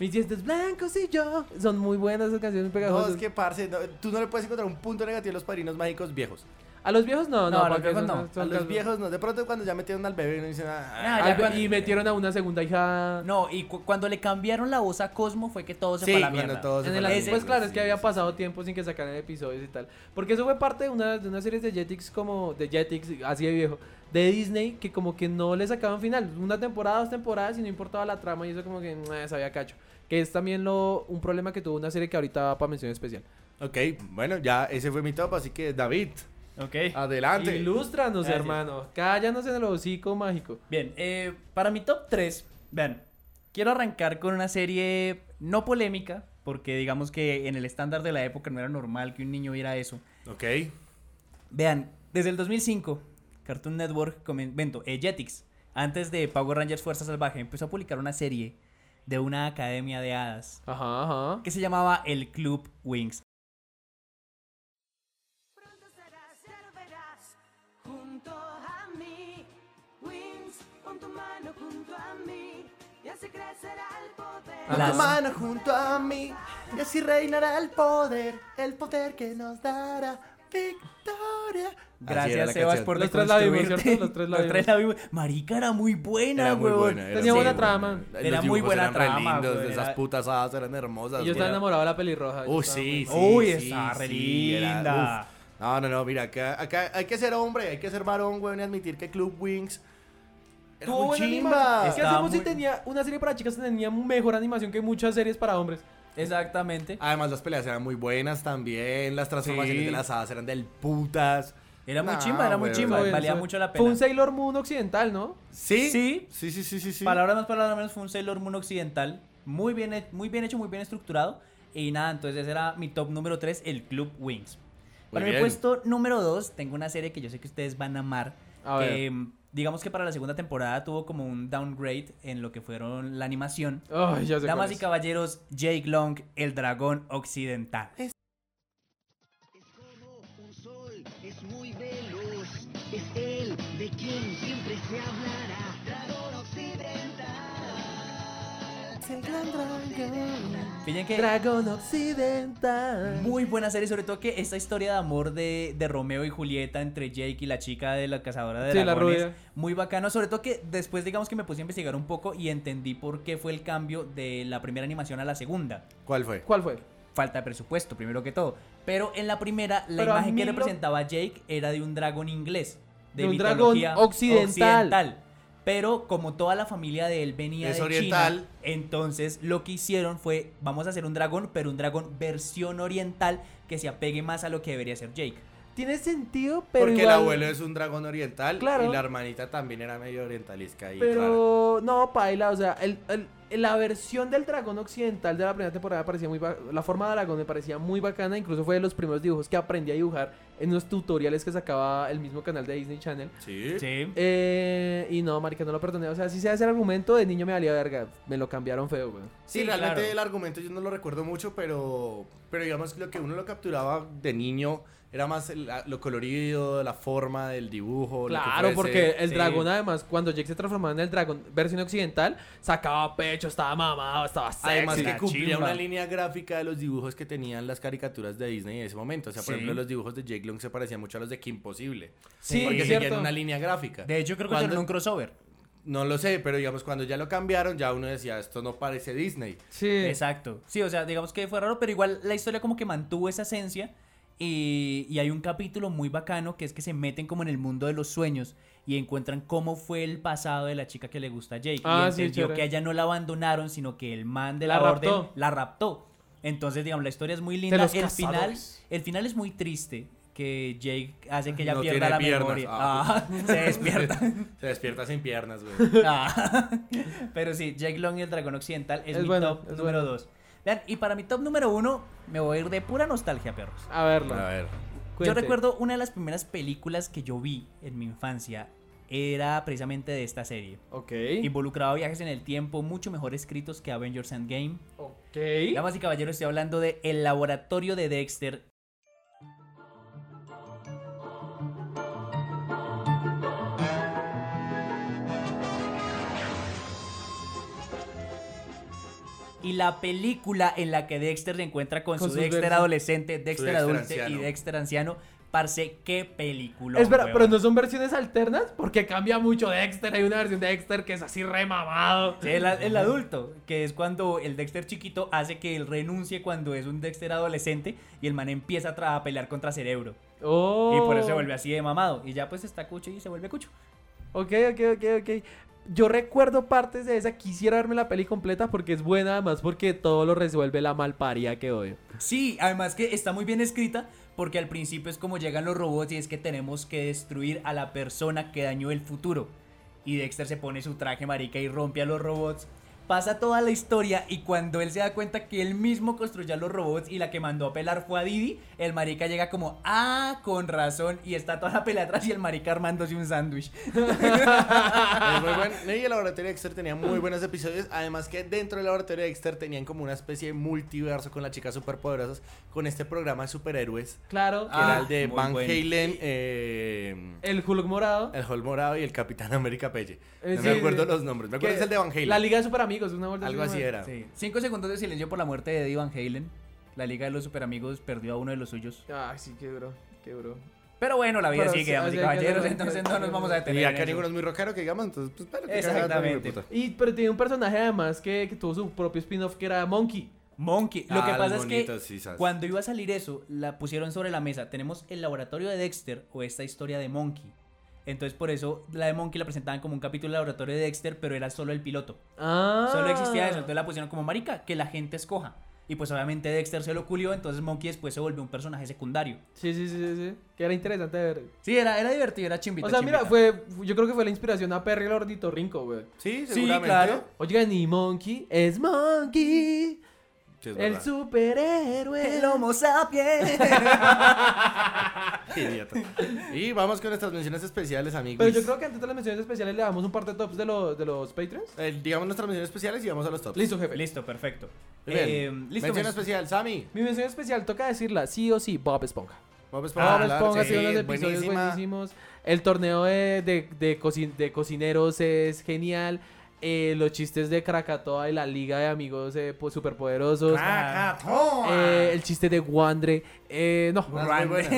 Speaker 5: Mis dientes blancos y yo. Son muy buenas esas canciones
Speaker 3: No,
Speaker 5: pegajosas.
Speaker 3: es que parce, no, tú no le puedes encontrar un punto negativo a los padrinos mágicos viejos.
Speaker 5: A los viejos no, no,
Speaker 4: No, a los
Speaker 5: porque
Speaker 4: viejos
Speaker 5: son-
Speaker 4: no.
Speaker 5: son
Speaker 3: a los
Speaker 5: casos-
Speaker 3: viejos no. De pronto cuando ya metieron al bebé no dicen nada.
Speaker 4: Ah,
Speaker 5: Ah,
Speaker 4: ya cuando-
Speaker 5: y metieron a una segunda hija.
Speaker 4: No, y cu- cuando le cambiaron la voz a Cosmo fue que todo se fue a la mierda.
Speaker 5: En el anterior, pues claro, es que había pasado tiempo sin que sacaran episodios y tal. Porque eso fue parte de una, de una serie de Jetix como de Jetix, así de viejo, de Disney, que como que no le sacaban final. Una temporada, dos temporadas y no importaba la trama y eso como que meh, sabía cacho. Que es también lo, un problema que tuvo una serie que ahorita va para mención especial.
Speaker 3: Ok, bueno, ya ese fue mi top, así que David,
Speaker 4: Ok.
Speaker 3: adelante. Ah,
Speaker 5: Ilústranos,
Speaker 4: Gracias.
Speaker 5: hermano. Cállanos en el hocico mágico.
Speaker 4: Bien, eh, para mi top 3, vean, quiero arrancar con una serie no polémica, porque digamos que en el estándar de la época no era normal que un niño viera eso.
Speaker 3: Ok.
Speaker 4: Vean, desde el 2005, Cartoon Network, comen- vento, eh, Jetix, antes de Power Rangers Fuerza Salvaje, empezó a publicar una serie de una academia de hadas
Speaker 5: Ajá, ajá.
Speaker 4: que se llamaba El Club Wings.
Speaker 3: La
Speaker 4: Las-
Speaker 3: mano junto a mí, y así reinará el poder, el poder que nos dará victoria. Así era la
Speaker 4: Gracias, Sebas,
Speaker 3: canción.
Speaker 4: por
Speaker 5: Los tres la vimos,
Speaker 4: deconstruirte.
Speaker 5: ¿cierto? Los tres la
Speaker 4: vimos. Marica, era muy buena,
Speaker 3: Era muy
Speaker 4: weón.
Speaker 3: buena. era
Speaker 5: Tenía
Speaker 3: muy
Speaker 5: buena trama.
Speaker 3: Los
Speaker 4: Era muy
Speaker 3: dibujos
Speaker 4: buena
Speaker 3: eran re
Speaker 4: trama,
Speaker 3: lindos,
Speaker 4: weón,
Speaker 3: Esas
Speaker 4: era-
Speaker 3: putas hadas eran hermosas.
Speaker 5: Y yo
Speaker 3: weón.
Speaker 5: estaba enamorado de la pelirroja. yo
Speaker 3: Uy,
Speaker 5: estaba muy-
Speaker 3: sí, sí.
Speaker 4: Uy,
Speaker 3: sí,
Speaker 4: está re
Speaker 3: era-
Speaker 4: linda.
Speaker 3: uf. No, no, no, mira, acá, acá hay que ser hombre, hay que ser varón, weón, y admitir que Club Wings. Era
Speaker 5: Tuvo
Speaker 3: muy
Speaker 5: buena
Speaker 3: chimba.
Speaker 5: animación. ¿Qué
Speaker 4: Estaba
Speaker 5: hacemos si
Speaker 4: muy-
Speaker 5: tenía una serie para chicas tenía mejor animación que muchas series para hombres?
Speaker 4: Exactamente.
Speaker 3: Además, las peleas eran muy buenas también. Las transformaciones
Speaker 4: Sí.
Speaker 3: de las hadas eran del putas.
Speaker 4: Era muy chimba, era muy chimba.
Speaker 5: Bueno,
Speaker 4: valía
Speaker 5: eso-
Speaker 4: mucho la pena.
Speaker 5: Fue un Sailor Moon occidental, ¿no?
Speaker 3: ¿Sí?
Speaker 4: Sí.
Speaker 3: Sí, sí, sí, sí, sí.
Speaker 4: Palabra más, palabra menos, fue un Sailor Moon occidental. Muy bien, he- muy bien hecho, muy bien estructurado. Y nada, entonces ese era mi top número 3, el Club Wings. Para mi
Speaker 3: bien.
Speaker 4: puesto número 2, tengo una serie que yo sé que ustedes van a amar.
Speaker 5: A
Speaker 4: que, mm, digamos que para la segunda temporada tuvo como un downgrade en lo que fueron la animación.
Speaker 5: Ay, Oh, ya sé cuál
Speaker 4: Damas y
Speaker 5: es.
Speaker 4: caballeros, Jake Long, el dragón occidental.
Speaker 8: Es como un sol, es muy veloz, es él de quien siempre se hablará. Dragón occidental.
Speaker 4: Pillen que
Speaker 5: Dragón occidental.
Speaker 4: Muy buena serie, sobre todo que esta historia de amor de, de Romeo y Julieta entre Jake y la chica de la cazadora de
Speaker 5: Sí, la
Speaker 4: dragones.
Speaker 5: rubia.
Speaker 4: muy bacano, sobre todo que después digamos que me puse a investigar un poco y entendí por qué fue el cambio de la primera animación a la segunda.
Speaker 3: ¿Cuál fue?
Speaker 5: ¿Cuál fue?
Speaker 4: Falta de presupuesto, primero que todo. Pero en la primera, la
Speaker 5: Pero a
Speaker 4: imagen
Speaker 5: mí
Speaker 4: que
Speaker 5: lo-
Speaker 4: representaba Jake era de un dragón inglés. De,
Speaker 5: De un
Speaker 4: mitología
Speaker 5: dragón occidental.
Speaker 4: Pero como toda la familia de él venía
Speaker 3: Es
Speaker 4: de
Speaker 3: oriental.
Speaker 4: China, entonces lo que hicieron fue, vamos a hacer un dragón, pero un dragón versión oriental que se apegue más a lo que debería ser Jake.
Speaker 5: Tiene sentido, pero
Speaker 3: Porque el
Speaker 5: igual-
Speaker 3: abuelo es un dragón oriental
Speaker 5: Claro.
Speaker 3: y la hermanita también era medio orientalisca y rara.
Speaker 5: Pero no, paila, o sea, el- el- la versión del dragón occidental de la primera temporada me parecía muy ba- la forma de dragón me parecía muy bacana, incluso fue de los primeros dibujos que aprendí a dibujar en unos tutoriales que sacaba el mismo canal de Disney Channel.
Speaker 3: ¿Sí?
Speaker 4: Sí.
Speaker 5: Eh, y no, marica, no lo perdoné. O sea, si se hace el argumento de niño me valía verga. Me lo cambiaron feo, güey.
Speaker 3: Sí,
Speaker 4: Sí,
Speaker 3: realmente
Speaker 4: claro.
Speaker 3: el argumento yo no lo recuerdo mucho, pero, pero digamos que lo que uno lo capturaba de niño era más el- la- lo colorido, la forma del dibujo. lo que
Speaker 5: Claro,
Speaker 3: fuese.
Speaker 5: porque el
Speaker 4: sí.
Speaker 5: dragón, además, cuando Jake se transformaba en el dragón versión occidental, sacaba pecho, estaba mamado, estaba sexy.
Speaker 3: Además que
Speaker 4: la
Speaker 3: cumplía
Speaker 4: chimba.
Speaker 3: una línea gráfica de los dibujos que tenían las caricaturas de Disney en ese momento. O sea, por
Speaker 4: Sí.
Speaker 3: ejemplo, los dibujos de Jake Long se parecían mucho a los de Kim Possible.
Speaker 5: Sí,
Speaker 3: porque
Speaker 5: cierto.
Speaker 3: seguían una línea gráfica.
Speaker 4: De hecho, creo que
Speaker 3: Cuando-
Speaker 4: hicieron un crossover.
Speaker 3: No lo sé, pero digamos, cuando ya lo cambiaron, ya uno decía, esto no parece Disney.
Speaker 5: Sí.
Speaker 4: Exacto. Sí, o sea, digamos que fue raro, pero igual la historia como que mantuvo esa esencia. Y, y hay un capítulo muy bacano que es que se meten como en el mundo de los sueños y encuentran cómo fue el pasado de la chica que le gusta a Jake.
Speaker 5: Ah,
Speaker 4: y
Speaker 5: sí,
Speaker 4: entendió
Speaker 5: chévere.
Speaker 4: que a ella no la abandonaron, sino que el man de la,
Speaker 5: La
Speaker 4: orden
Speaker 5: raptó.
Speaker 4: la raptó. Entonces, digamos, la historia es muy linda.
Speaker 5: los
Speaker 4: el final,
Speaker 5: cazadores.
Speaker 4: el final es muy triste que Jake hace que ella
Speaker 3: No
Speaker 4: pierda la
Speaker 3: tiene piernas.
Speaker 4: memoria.
Speaker 3: Ah.
Speaker 4: Ah, se despierta.
Speaker 3: Se despierta sin piernas, güey.
Speaker 4: Ah, Pero sí, Jake Long y el Dragón Occidental es,
Speaker 5: Es
Speaker 4: mi
Speaker 5: bueno,
Speaker 4: top
Speaker 5: es
Speaker 4: número
Speaker 5: bueno.
Speaker 4: 2. y para mi top número 1 me voy a ir de pura nostalgia, perros.
Speaker 5: A verlo.
Speaker 3: A ver.
Speaker 4: Yo
Speaker 5: cuente.
Speaker 4: recuerdo una de las primeras películas que yo vi en mi infancia era precisamente de esta serie.
Speaker 5: Ok.
Speaker 4: Involucraba viajes en el tiempo mucho mejor escritos que Avengers Endgame.
Speaker 5: Ok.
Speaker 4: Damas y caballeros, estoy hablando de El Laboratorio de Dexter. Y la película en la que Dexter se encuentra con,
Speaker 5: Con
Speaker 4: su
Speaker 5: sus
Speaker 4: Dexter
Speaker 5: versos.
Speaker 4: adolescente, Dexter
Speaker 3: Dexter
Speaker 4: adulto y
Speaker 3: anciano.
Speaker 4: Dexter anciano. Parce, qué película.
Speaker 5: Espera, pero no son versiones alternas porque cambia mucho Dexter. Hay una versión de Dexter que es así remamado.
Speaker 4: Sí, el, el adulto, que es cuando el Dexter chiquito hace que él renuncie cuando es un Dexter adolescente y el man empieza a, tra- a pelear contra cerebro.
Speaker 5: Oh.
Speaker 4: Y por eso se vuelve así de mamado. Y ya pues está cucho y se vuelve cucho.
Speaker 5: Ok, ok, ok, ok. Yo recuerdo partes de esa. Quisiera verme la peli completa porque es buena, además porque todo lo resuelve la malparía que odio.
Speaker 4: Sí, además que está muy bien escrita porque al principio es como llegan los robots y es que tenemos que destruir a la persona que dañó el futuro. Y Dexter se pone su traje marica y rompe a los robots. Pasa toda la historia y cuando él se da cuenta que él mismo construyó a los robots y la que mandó a pelar fue a Didi, el marica llega como, ah, con razón, y está toda la pelea atrás y el marica armándose un sándwich.
Speaker 3: Es muy bueno. No, Y el laboratorio de Dexter tenía muy buenos episodios. Además que dentro del laboratorio de Dexter tenían como una especie de multiverso con las chicas superpoderosas, con este programa de superhéroes, que
Speaker 5: Claro.
Speaker 4: Ah,
Speaker 3: era el de
Speaker 4: muy
Speaker 3: Van
Speaker 4: bueno.
Speaker 3: Halen, eh,
Speaker 5: El Hulk morado.
Speaker 3: el Hall Morado y el Capitán América Pelle.
Speaker 5: Eh,
Speaker 3: No
Speaker 5: sí,
Speaker 3: me acuerdo
Speaker 5: sí.
Speaker 3: los nombres. Me
Speaker 5: que
Speaker 3: acuerdo es el de Van
Speaker 5: La
Speaker 3: Halen.
Speaker 5: Liga de Super Amigos, una vuelta
Speaker 3: Algo así
Speaker 5: madre.
Speaker 3: era.
Speaker 4: Sí. Cinco segundos de silencio por la muerte de Eddie Van Halen. La Liga de los Superamigos perdió a uno de los suyos.
Speaker 5: Ay, sí, qué bro, qué bro.
Speaker 4: Pero bueno, la vida
Speaker 5: Pero
Speaker 4: sigue,
Speaker 5: sí,
Speaker 4: damas y
Speaker 5: así que
Speaker 4: caballeros,
Speaker 5: no-
Speaker 4: entonces no nos vamos a
Speaker 3: Y
Speaker 4: detener. en
Speaker 3: acá
Speaker 4: eso.
Speaker 3: ninguno es muy rockero que digamos, entonces pues pero
Speaker 4: Exactamente.
Speaker 5: Y, pero tiene un personaje además que, que tuvo su propio spin-off que era Monkey.
Speaker 4: Monkey. Lo
Speaker 3: Ah,
Speaker 4: que
Speaker 3: los
Speaker 4: pasa es que
Speaker 3: monitos, sí, sas.
Speaker 4: cuando iba a salir eso, la pusieron sobre la mesa. Tenemos el laboratorio de Dexter o esta historia de Monkey. Entonces por eso la de Monkey la presentaban como un capítulo del laboratorio de Dexter, pero era solo el piloto.
Speaker 5: Ah.
Speaker 4: Solo existía eso. Entonces la pusieron como marica, que la gente escoja. Y pues obviamente Dexter se lo culió, entonces Monkey después se volvió un personaje secundario.
Speaker 5: Sí, sí, sí, sí, sí. Que era interesante ver.
Speaker 4: Sí, era, era divertido, era chimbita.
Speaker 5: O sea,
Speaker 4: chimbita.
Speaker 5: mira, fue, yo creo que fue la inspiración a Perry el ornitorrinco, güey.
Speaker 3: Sí,
Speaker 4: seguramente. claro.
Speaker 5: Oigan, y Monkey es Monkey.
Speaker 3: Sí,
Speaker 5: el
Speaker 3: es verdad.
Speaker 5: superhéroe.
Speaker 4: El Homo sapiens.
Speaker 3: Idiota. Y vamos con nuestras menciones especiales, amigos.
Speaker 5: Pero yo creo que antes de las menciones especiales le damos un par de tops de los, de los Patreons.
Speaker 3: Eh, digamos nuestras menciones especiales y vamos a los tops.
Speaker 5: Listo, jefe.
Speaker 4: Listo, perfecto.
Speaker 3: Muy bien.
Speaker 4: Eh, listo.
Speaker 5: Em, pues.
Speaker 3: Mención
Speaker 4: men-
Speaker 3: especial, Sammy.
Speaker 5: Mi mención especial toca decirla, sí o sí, Bob Esponja.
Speaker 3: Bob
Speaker 5: Bob
Speaker 3: Ah, claro,
Speaker 5: Esponja
Speaker 3: pues sí,
Speaker 5: tiene Ah, pues, unos episodios
Speaker 3: buenísima.
Speaker 5: buenísimos. El torneo de, de, de coci- de cocineros es genial. Eh, los chistes de Krakatoa y la liga de amigos eh, po- superpoderosos.
Speaker 3: ah, ¡Oh!
Speaker 5: Eh, el chiste de Wandre. Eh, no,
Speaker 3: Más muy buena.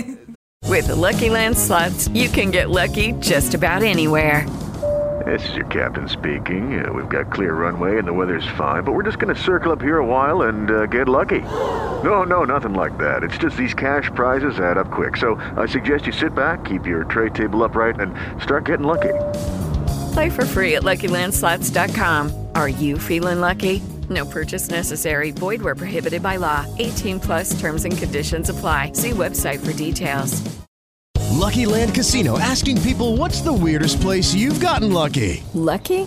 Speaker 7: With the Lucky Land slots, you can get lucky just about anywhere.
Speaker 9: This is your captain speaking. Uh, we've got clear runway and the weather's fine, but we're just going to circle up here a while and uh, get lucky. No, no, nothing like that. It's just these cash prizes add up quick. So I suggest you sit back, keep your tray table upright, and start getting lucky.
Speaker 7: Play for free at LuckyLandSlots.com. Are you feeling lucky? No purchase necessary. Void where prohibited by law. 18 plus terms and conditions apply. See website for details.
Speaker 10: Lucky Land Casino asking people what's the weirdest place you've gotten lucky?
Speaker 11: Lucky?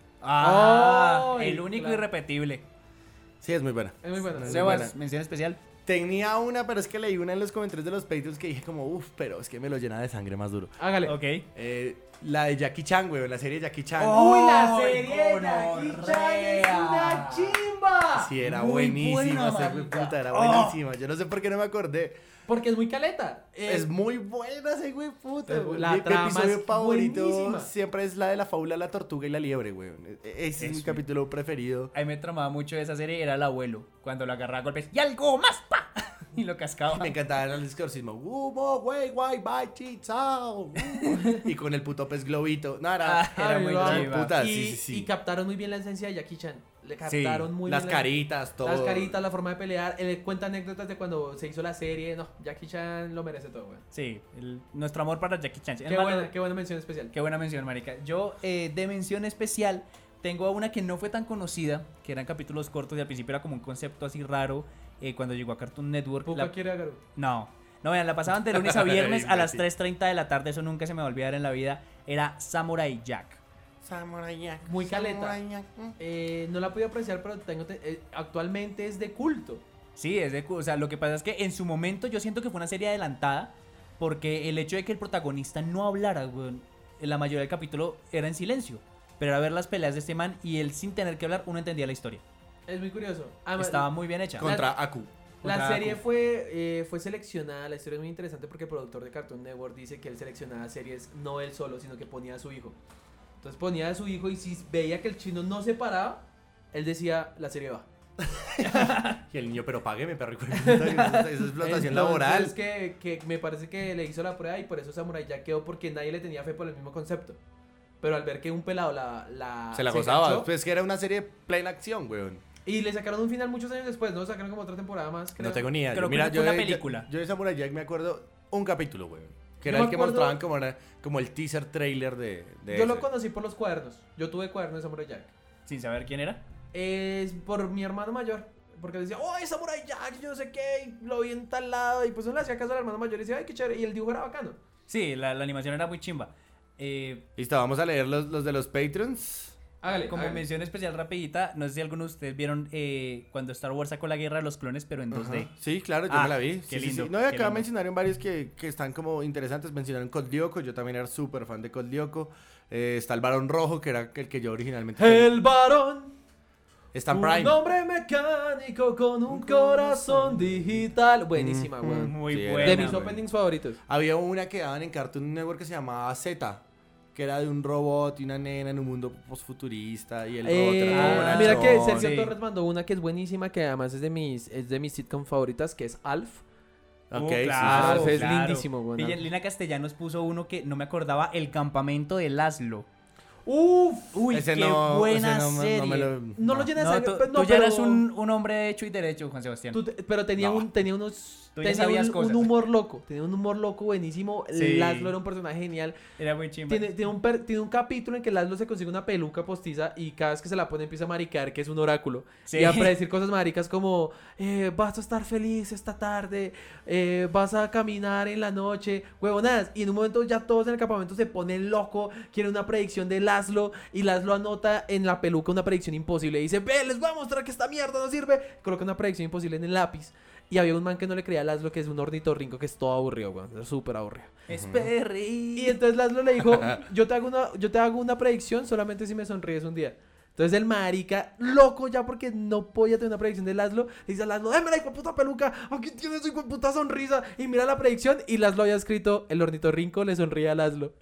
Speaker 4: Ah,
Speaker 5: Ay,
Speaker 4: el único
Speaker 5: claro.
Speaker 4: irrepetible.
Speaker 3: Sí, es muy buena.
Speaker 5: Es muy bueno.
Speaker 3: Es muy buena.
Speaker 4: Sebas, mención especial.
Speaker 3: Tenía una, pero es que leí una en los comentarios de los Patreons que dije como, uff, pero es que me lo llena de sangre más duro.
Speaker 5: Hágale.
Speaker 4: Ok.
Speaker 3: Eh, la de Jackie Chan, güey, la serie de Jackie Chan.
Speaker 5: Uy, la
Speaker 4: ¡Oh,
Speaker 5: serie de Jackie Chan es una
Speaker 4: gonorrea!
Speaker 5: chimba.
Speaker 3: Sí, era
Speaker 4: Muy
Speaker 3: buenísima,
Speaker 4: buena,
Speaker 3: esa fue
Speaker 4: marica.
Speaker 3: puta, era
Speaker 4: Oh.
Speaker 3: buenísima. Yo no sé por qué no me acordé.
Speaker 5: Porque es muy caleta. Eh,
Speaker 3: Es muy buena ese güey, puta.
Speaker 5: Eh,
Speaker 3: güey.
Speaker 5: la
Speaker 3: mi, mi
Speaker 5: trama
Speaker 3: episodio
Speaker 5: es
Speaker 3: favorito
Speaker 5: buenísima.
Speaker 3: siempre es la de la fábula, la tortuga y la liebre, güey. E- Ese es mi
Speaker 4: Eso.
Speaker 3: capítulo preferido.
Speaker 4: A mí me tramaba mucho de esa serie era el abuelo. Cuando lo agarraba a golpes. ¡Y algo más! ¡Pa! Y lo cascaba.
Speaker 3: Me encantaba el exorcismo. "Wu, bo, güey, guay, bye, chi, chao. Wu". Y con el puto pez globito. Nada,
Speaker 4: Ah, era muy
Speaker 5: yo lo amo.
Speaker 4: chiva.
Speaker 3: Puta,
Speaker 5: y,
Speaker 3: sí, sí, sí.
Speaker 5: y captaron muy bien la esencia de Jackie Chan. Le captaron muy
Speaker 3: las
Speaker 5: bien. la-
Speaker 3: caritas, todo.
Speaker 5: Las caritas, la forma de pelear. Él cuenta anécdotas de cuando se hizo la serie. No, Jackie Chan lo merece todo, güey.
Speaker 4: Sí, el- nuestro amor para Jackie Chan.
Speaker 5: Qué
Speaker 4: Hermano,
Speaker 5: buena, qué buena mención especial.
Speaker 4: Qué buena mención, marica. Yo, eh, de mención especial, tengo a una que no fue tan conocida, que eran capítulos cortos y al principio era como un concepto así raro eh, cuando llegó a Cartoon Network.
Speaker 5: Poco
Speaker 4: La-
Speaker 5: quiere a Garú.
Speaker 4: No, no, vean, la pasaban de lunes a viernes a las 3.30 de la tarde, eso nunca se me va a olvidar en la vida, era Samurai Jack.
Speaker 3: Samurai Jack,
Speaker 5: Muy caleta.
Speaker 3: Samurai Jack, mm.
Speaker 5: Eh, no la pude apreciar, pero tengo te- eh, actualmente es de culto.
Speaker 4: Sí, es de, cu- o sea, lo que pasa es que en su momento yo siento que fue una serie adelantada porque el hecho de que el protagonista no hablara, weón, en la mayoría del capítulo era en silencio, pero era ver las peleas de este man y él sin tener que hablar uno entendía la historia.
Speaker 5: Es muy curioso. Además,
Speaker 4: Estaba muy bien hecha.
Speaker 3: Contra Aku.
Speaker 5: La
Speaker 4: Otaku.
Speaker 5: serie fue, eh, fue seleccionada, la historia es muy interesante porque el productor de Cartoon Network dice que él seleccionaba series no él solo, sino que ponía a su hijo. Entonces ponía a su hijo y si veía que el chino no se paraba, él decía, la serie va.
Speaker 3: Y el niño, pero págueme, perro. hijo de puta". Eso es explotación laboral.
Speaker 5: Es que, que me parece que le hizo la prueba y por eso Samurai ya quedó porque nadie le tenía fe por el mismo concepto. Pero al ver que un pelado la... la
Speaker 3: Se la gozaba.
Speaker 5: enganchó,
Speaker 3: Pues que era una serie de plena acción, weón.
Speaker 5: y le sacaron un final muchos años después, ¿no? Sacaron como otra temporada más. creo.
Speaker 3: No tengo ni idea.
Speaker 4: Creo
Speaker 3: Yo,
Speaker 4: que
Speaker 3: mira,
Speaker 4: fue
Speaker 3: yo,
Speaker 4: una
Speaker 3: de- yo-
Speaker 4: película.
Speaker 3: Yo, de Samurai Jack me acuerdo un capítulo, güey. Que
Speaker 5: Yo
Speaker 3: era
Speaker 5: me
Speaker 3: el que
Speaker 5: acuerdo-
Speaker 3: mostraban como, era- como el teaser trailer de. de
Speaker 5: Yo lo
Speaker 3: ese.
Speaker 5: conocí por los cuadernos. Yo tuve cuadernos de Samurai Jack.
Speaker 4: Sin saber quién era.
Speaker 5: Es por mi hermano mayor. Porque decía, ¡oh, es Samurai Jack! Yo no sé qué, y lo vi en tal lado. Y pues uno le hacía caso al hermano mayor y decía, ¡ay, qué chévere! Y el dibujo era bacano.
Speaker 4: Sí, la, la animación era muy chimba. Eh,
Speaker 3: Listo, vamos a leer los, los de los Patrons.
Speaker 5: Hágale,
Speaker 4: como
Speaker 5: hágale.
Speaker 4: mención especial rapidita, no sé si algunos de ustedes vieron eh, cuando Star Wars sacó la guerra de los clones, pero en 2D.
Speaker 3: Sí, claro, yo
Speaker 4: Ah,
Speaker 3: me la vi.
Speaker 4: qué
Speaker 3: Sí, sí,
Speaker 4: lindo,
Speaker 3: sí. No, y
Speaker 4: qué
Speaker 3: acá
Speaker 4: lindo.
Speaker 3: mencionaron varios que, que están como interesantes. Mencionaron Coldioco. Yo también era súper fan de Coldioco. Eh, está el Barón Rojo, que era el que yo originalmente.
Speaker 5: El varón,
Speaker 3: Está
Speaker 5: un
Speaker 3: Prime.
Speaker 5: hombre mecánico con un corazón digital. Buenísima, weón.
Speaker 4: Mm, Muy
Speaker 3: Sí, era
Speaker 4: buena.
Speaker 5: De mis
Speaker 3: buena.
Speaker 5: openings favoritos.
Speaker 3: Había una que daban en Cartoon Network que se llamaba Z, que era de un robot y una nena en un mundo postfuturista y el robot
Speaker 5: Eh,
Speaker 3: era como
Speaker 4: ah,
Speaker 5: mira que
Speaker 3: bonachón.
Speaker 5: Sergio
Speaker 4: Sí.
Speaker 5: Torres mandó una que es buenísima, que además es de mis, es de mis sitcom favoritas, que es Alf.
Speaker 6: Ok,
Speaker 4: Uh,
Speaker 6: sí, sí,
Speaker 4: claro,
Speaker 6: sí, sí.
Speaker 4: claro.
Speaker 5: lindísimo, weón.
Speaker 4: Lina- Lina Castellanos puso uno que no me acordaba, El campamento de Laszlo. Uf, uy,
Speaker 6: Ese
Speaker 4: qué
Speaker 6: no-
Speaker 4: buena
Speaker 6: ese no me-
Speaker 4: serie.
Speaker 6: no me lo-
Speaker 5: No lo llenas de sangre,
Speaker 4: tú,
Speaker 5: pues, no,
Speaker 4: tú ya
Speaker 5: pero-
Speaker 4: eras un, un hombre hecho y derecho, Juan Sebastián.
Speaker 5: Tú te- pero tenía un tenía unos
Speaker 4: Tú ya
Speaker 5: tenía
Speaker 4: sabías
Speaker 5: un,
Speaker 4: cosas.
Speaker 5: un humor loco, tenía un humor loco buenísimo.
Speaker 4: Sí.
Speaker 5: Laszlo era un personaje genial.
Speaker 4: Era muy chimba.
Speaker 5: Tiene, tiene un per- tiene un capítulo en que Laszlo se consigue una peluca postiza y cada vez que se la pone empieza a maricar, que es un oráculo.
Speaker 4: Sí.
Speaker 5: Y a predecir cosas maricas como, eh, vas a estar feliz esta tarde, eh, vas a caminar en la noche, huevonadas. Y en un momento ya todos en el campamento se ponen loco, quieren una predicción de Laszlo y Laszlo anota en la peluca una predicción imposible. Y dice, ve, les voy a mostrar que esta mierda no sirve. Coloca una predicción imposible en el lápiz. Y había un man que no le creía a Laszlo, que es un ornitorrinco, que es todo aburrido, weón. Es súper aburrido.
Speaker 4: Es perri.
Speaker 5: Y entonces Laszlo le dijo, yo te hago una, yo te hago una predicción solamente si me sonríes un día. Entonces el marica, loco ya porque no podía tener una predicción de Laszlo, le dice a Laszlo, déme la hijueputa peluca, aquí tienes su hijueputa sonrisa. Y mira la predicción y Laszlo había escrito, el ornitorrinco le sonríe a Laszlo.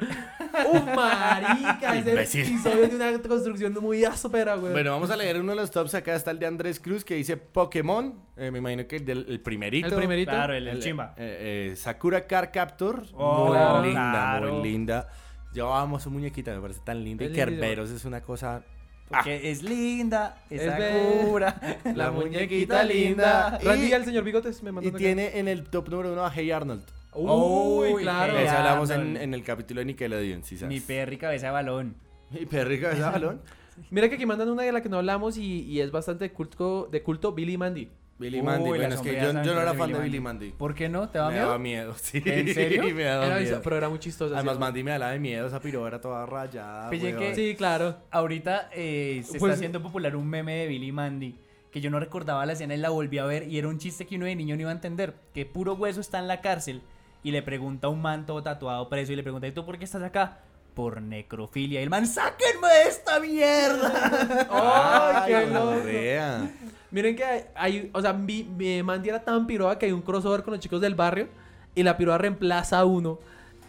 Speaker 5: ¡Uf, marica! Ese
Speaker 3: Imbécil.
Speaker 5: episodio de una construcción muy áspera, güey.
Speaker 3: Bueno, vamos a leer uno de los tops. Acá está el de Andrés Cruz que dice Pokémon. Eh, me imagino que el, del, el primerito.
Speaker 5: El primerito. Claro, el- el
Speaker 4: chimba.
Speaker 3: eh, eh, Sakura Car Captor.
Speaker 4: Oh,
Speaker 3: muy
Speaker 4: claro.
Speaker 3: linda,
Speaker 4: Claro.
Speaker 3: muy linda. Yo amo su muñequita, me parece tan linda.
Speaker 4: Es
Speaker 3: y
Speaker 4: lindísima.
Speaker 3: Kerberos es una cosa.
Speaker 4: Porque es linda, Ah. es,
Speaker 3: Es
Speaker 5: be-
Speaker 4: Sakura,
Speaker 3: La muñequita linda.
Speaker 5: Randy,
Speaker 3: Y-
Speaker 5: el señor Bigotes me mandó
Speaker 3: Y
Speaker 5: una
Speaker 3: tiene en el top número uno a Hey Arnold.
Speaker 5: Uy, Uy, claro.
Speaker 3: De Eso
Speaker 4: Hey
Speaker 3: hablamos en,
Speaker 4: Arnold.
Speaker 3: en el capítulo de Nickelodeon, sí, sabes.
Speaker 4: Mi perri cabeza de balón.
Speaker 3: Mi perri cabeza de balón.
Speaker 5: Mira que aquí mandan una de la que no hablamos y, y es bastante de culto, de culto Billy Mandy.
Speaker 3: Billy Mandy, bueno, es que yo, yo no era fan de Billy Mandy.
Speaker 4: ¿Por qué no? ¿Te
Speaker 3: daba
Speaker 4: daba
Speaker 3: me
Speaker 4: miedo?
Speaker 3: daba miedo, sí.
Speaker 4: ¿En serio?
Speaker 3: me daba
Speaker 5: Era
Speaker 3: miedo.
Speaker 5: esa- pero era muy chistosa,
Speaker 3: Ah, Además,
Speaker 5: ¿sí?
Speaker 3: Mandy me daba de miedo, esa piroba era toda rayada.
Speaker 4: Pille
Speaker 3: weón.
Speaker 4: que
Speaker 5: Sí, claro.
Speaker 4: Ahorita eh, se
Speaker 5: Pues-
Speaker 4: está haciendo popular un meme de Billy Mandy que yo no recordaba la escena y la volví a ver y era un chiste que uno de niño no iba a entender, que puro hueso está en la cárcel y le pregunta a un manto tatuado preso y le pregunta, ¿y tú por qué estás acá? Por necrofilia. Y el man, ¡sáquenme de esta mierda!
Speaker 5: ¡Ay, qué
Speaker 3: Ay,
Speaker 5: loco!
Speaker 3: gonorrea.
Speaker 5: Miren que hay, hay- o sea, mi, mi Mandy era tan piroa que hay un crossover con los chicos del barrio y la piroa reemplaza a uno.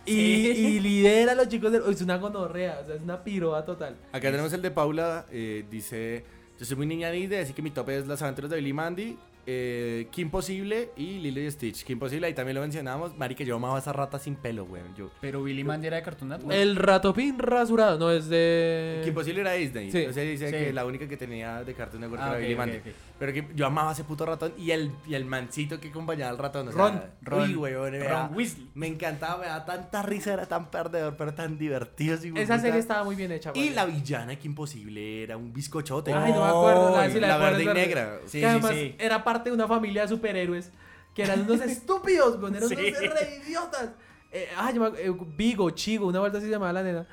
Speaker 5: Y,
Speaker 3: Sí.
Speaker 5: y lidera a los chicos del... Es una gonorrea, o sea, es una piroa total.
Speaker 3: Acá tenemos el de Paula, eh, dice, yo soy muy niña Disney, así que mi top es Las aventuras de Billy Mandy, eh, Kim Possible y Lilo y Stitch. Kim Possible, ahí también lo mencionamos, marica, yo amaba a esa rata sin pelo, weón. Yo...
Speaker 4: Pero Billy Mandy era de Cartoon Network.
Speaker 5: El ratopín rasurado, no, es de...
Speaker 3: Kim Possible era Disney,
Speaker 5: Sí.
Speaker 3: entonces dice
Speaker 5: Sí.
Speaker 3: que la única que tenía de Cartoon Network
Speaker 4: Ah,
Speaker 3: era
Speaker 4: ok,
Speaker 3: Billy
Speaker 4: ok,
Speaker 3: Mandy.
Speaker 4: ok.
Speaker 3: Pero que yo amaba a ese puto ratón y el, y el mancito que acompañaba al ratón. o sea,
Speaker 4: Ron,
Speaker 3: uy,
Speaker 4: Ron,
Speaker 3: weón, era-
Speaker 4: Ron Weasley.
Speaker 3: Me encantaba, me daba tanta risa, era tan perdedor, pero tan divertido. ese hijo de
Speaker 5: Esa
Speaker 3: puta.
Speaker 5: serie estaba muy bien hecha.
Speaker 3: Y
Speaker 5: güey.
Speaker 3: la villana que imposible era un bizcochote.
Speaker 5: Ay, no me acuerdo.
Speaker 3: Ay,
Speaker 5: La, sí, la
Speaker 3: la
Speaker 5: de
Speaker 3: verde y
Speaker 5: Cuerdas Verdes.
Speaker 3: negra. Sí,
Speaker 5: que además
Speaker 3: sí, sí.
Speaker 5: era parte de una familia de superhéroes que eran unos estúpidos, güey, eran unos re idiotas. Eh, ay, yo me ac- eh, Vigo, Chigo, una vuelta así se llamaba la nena.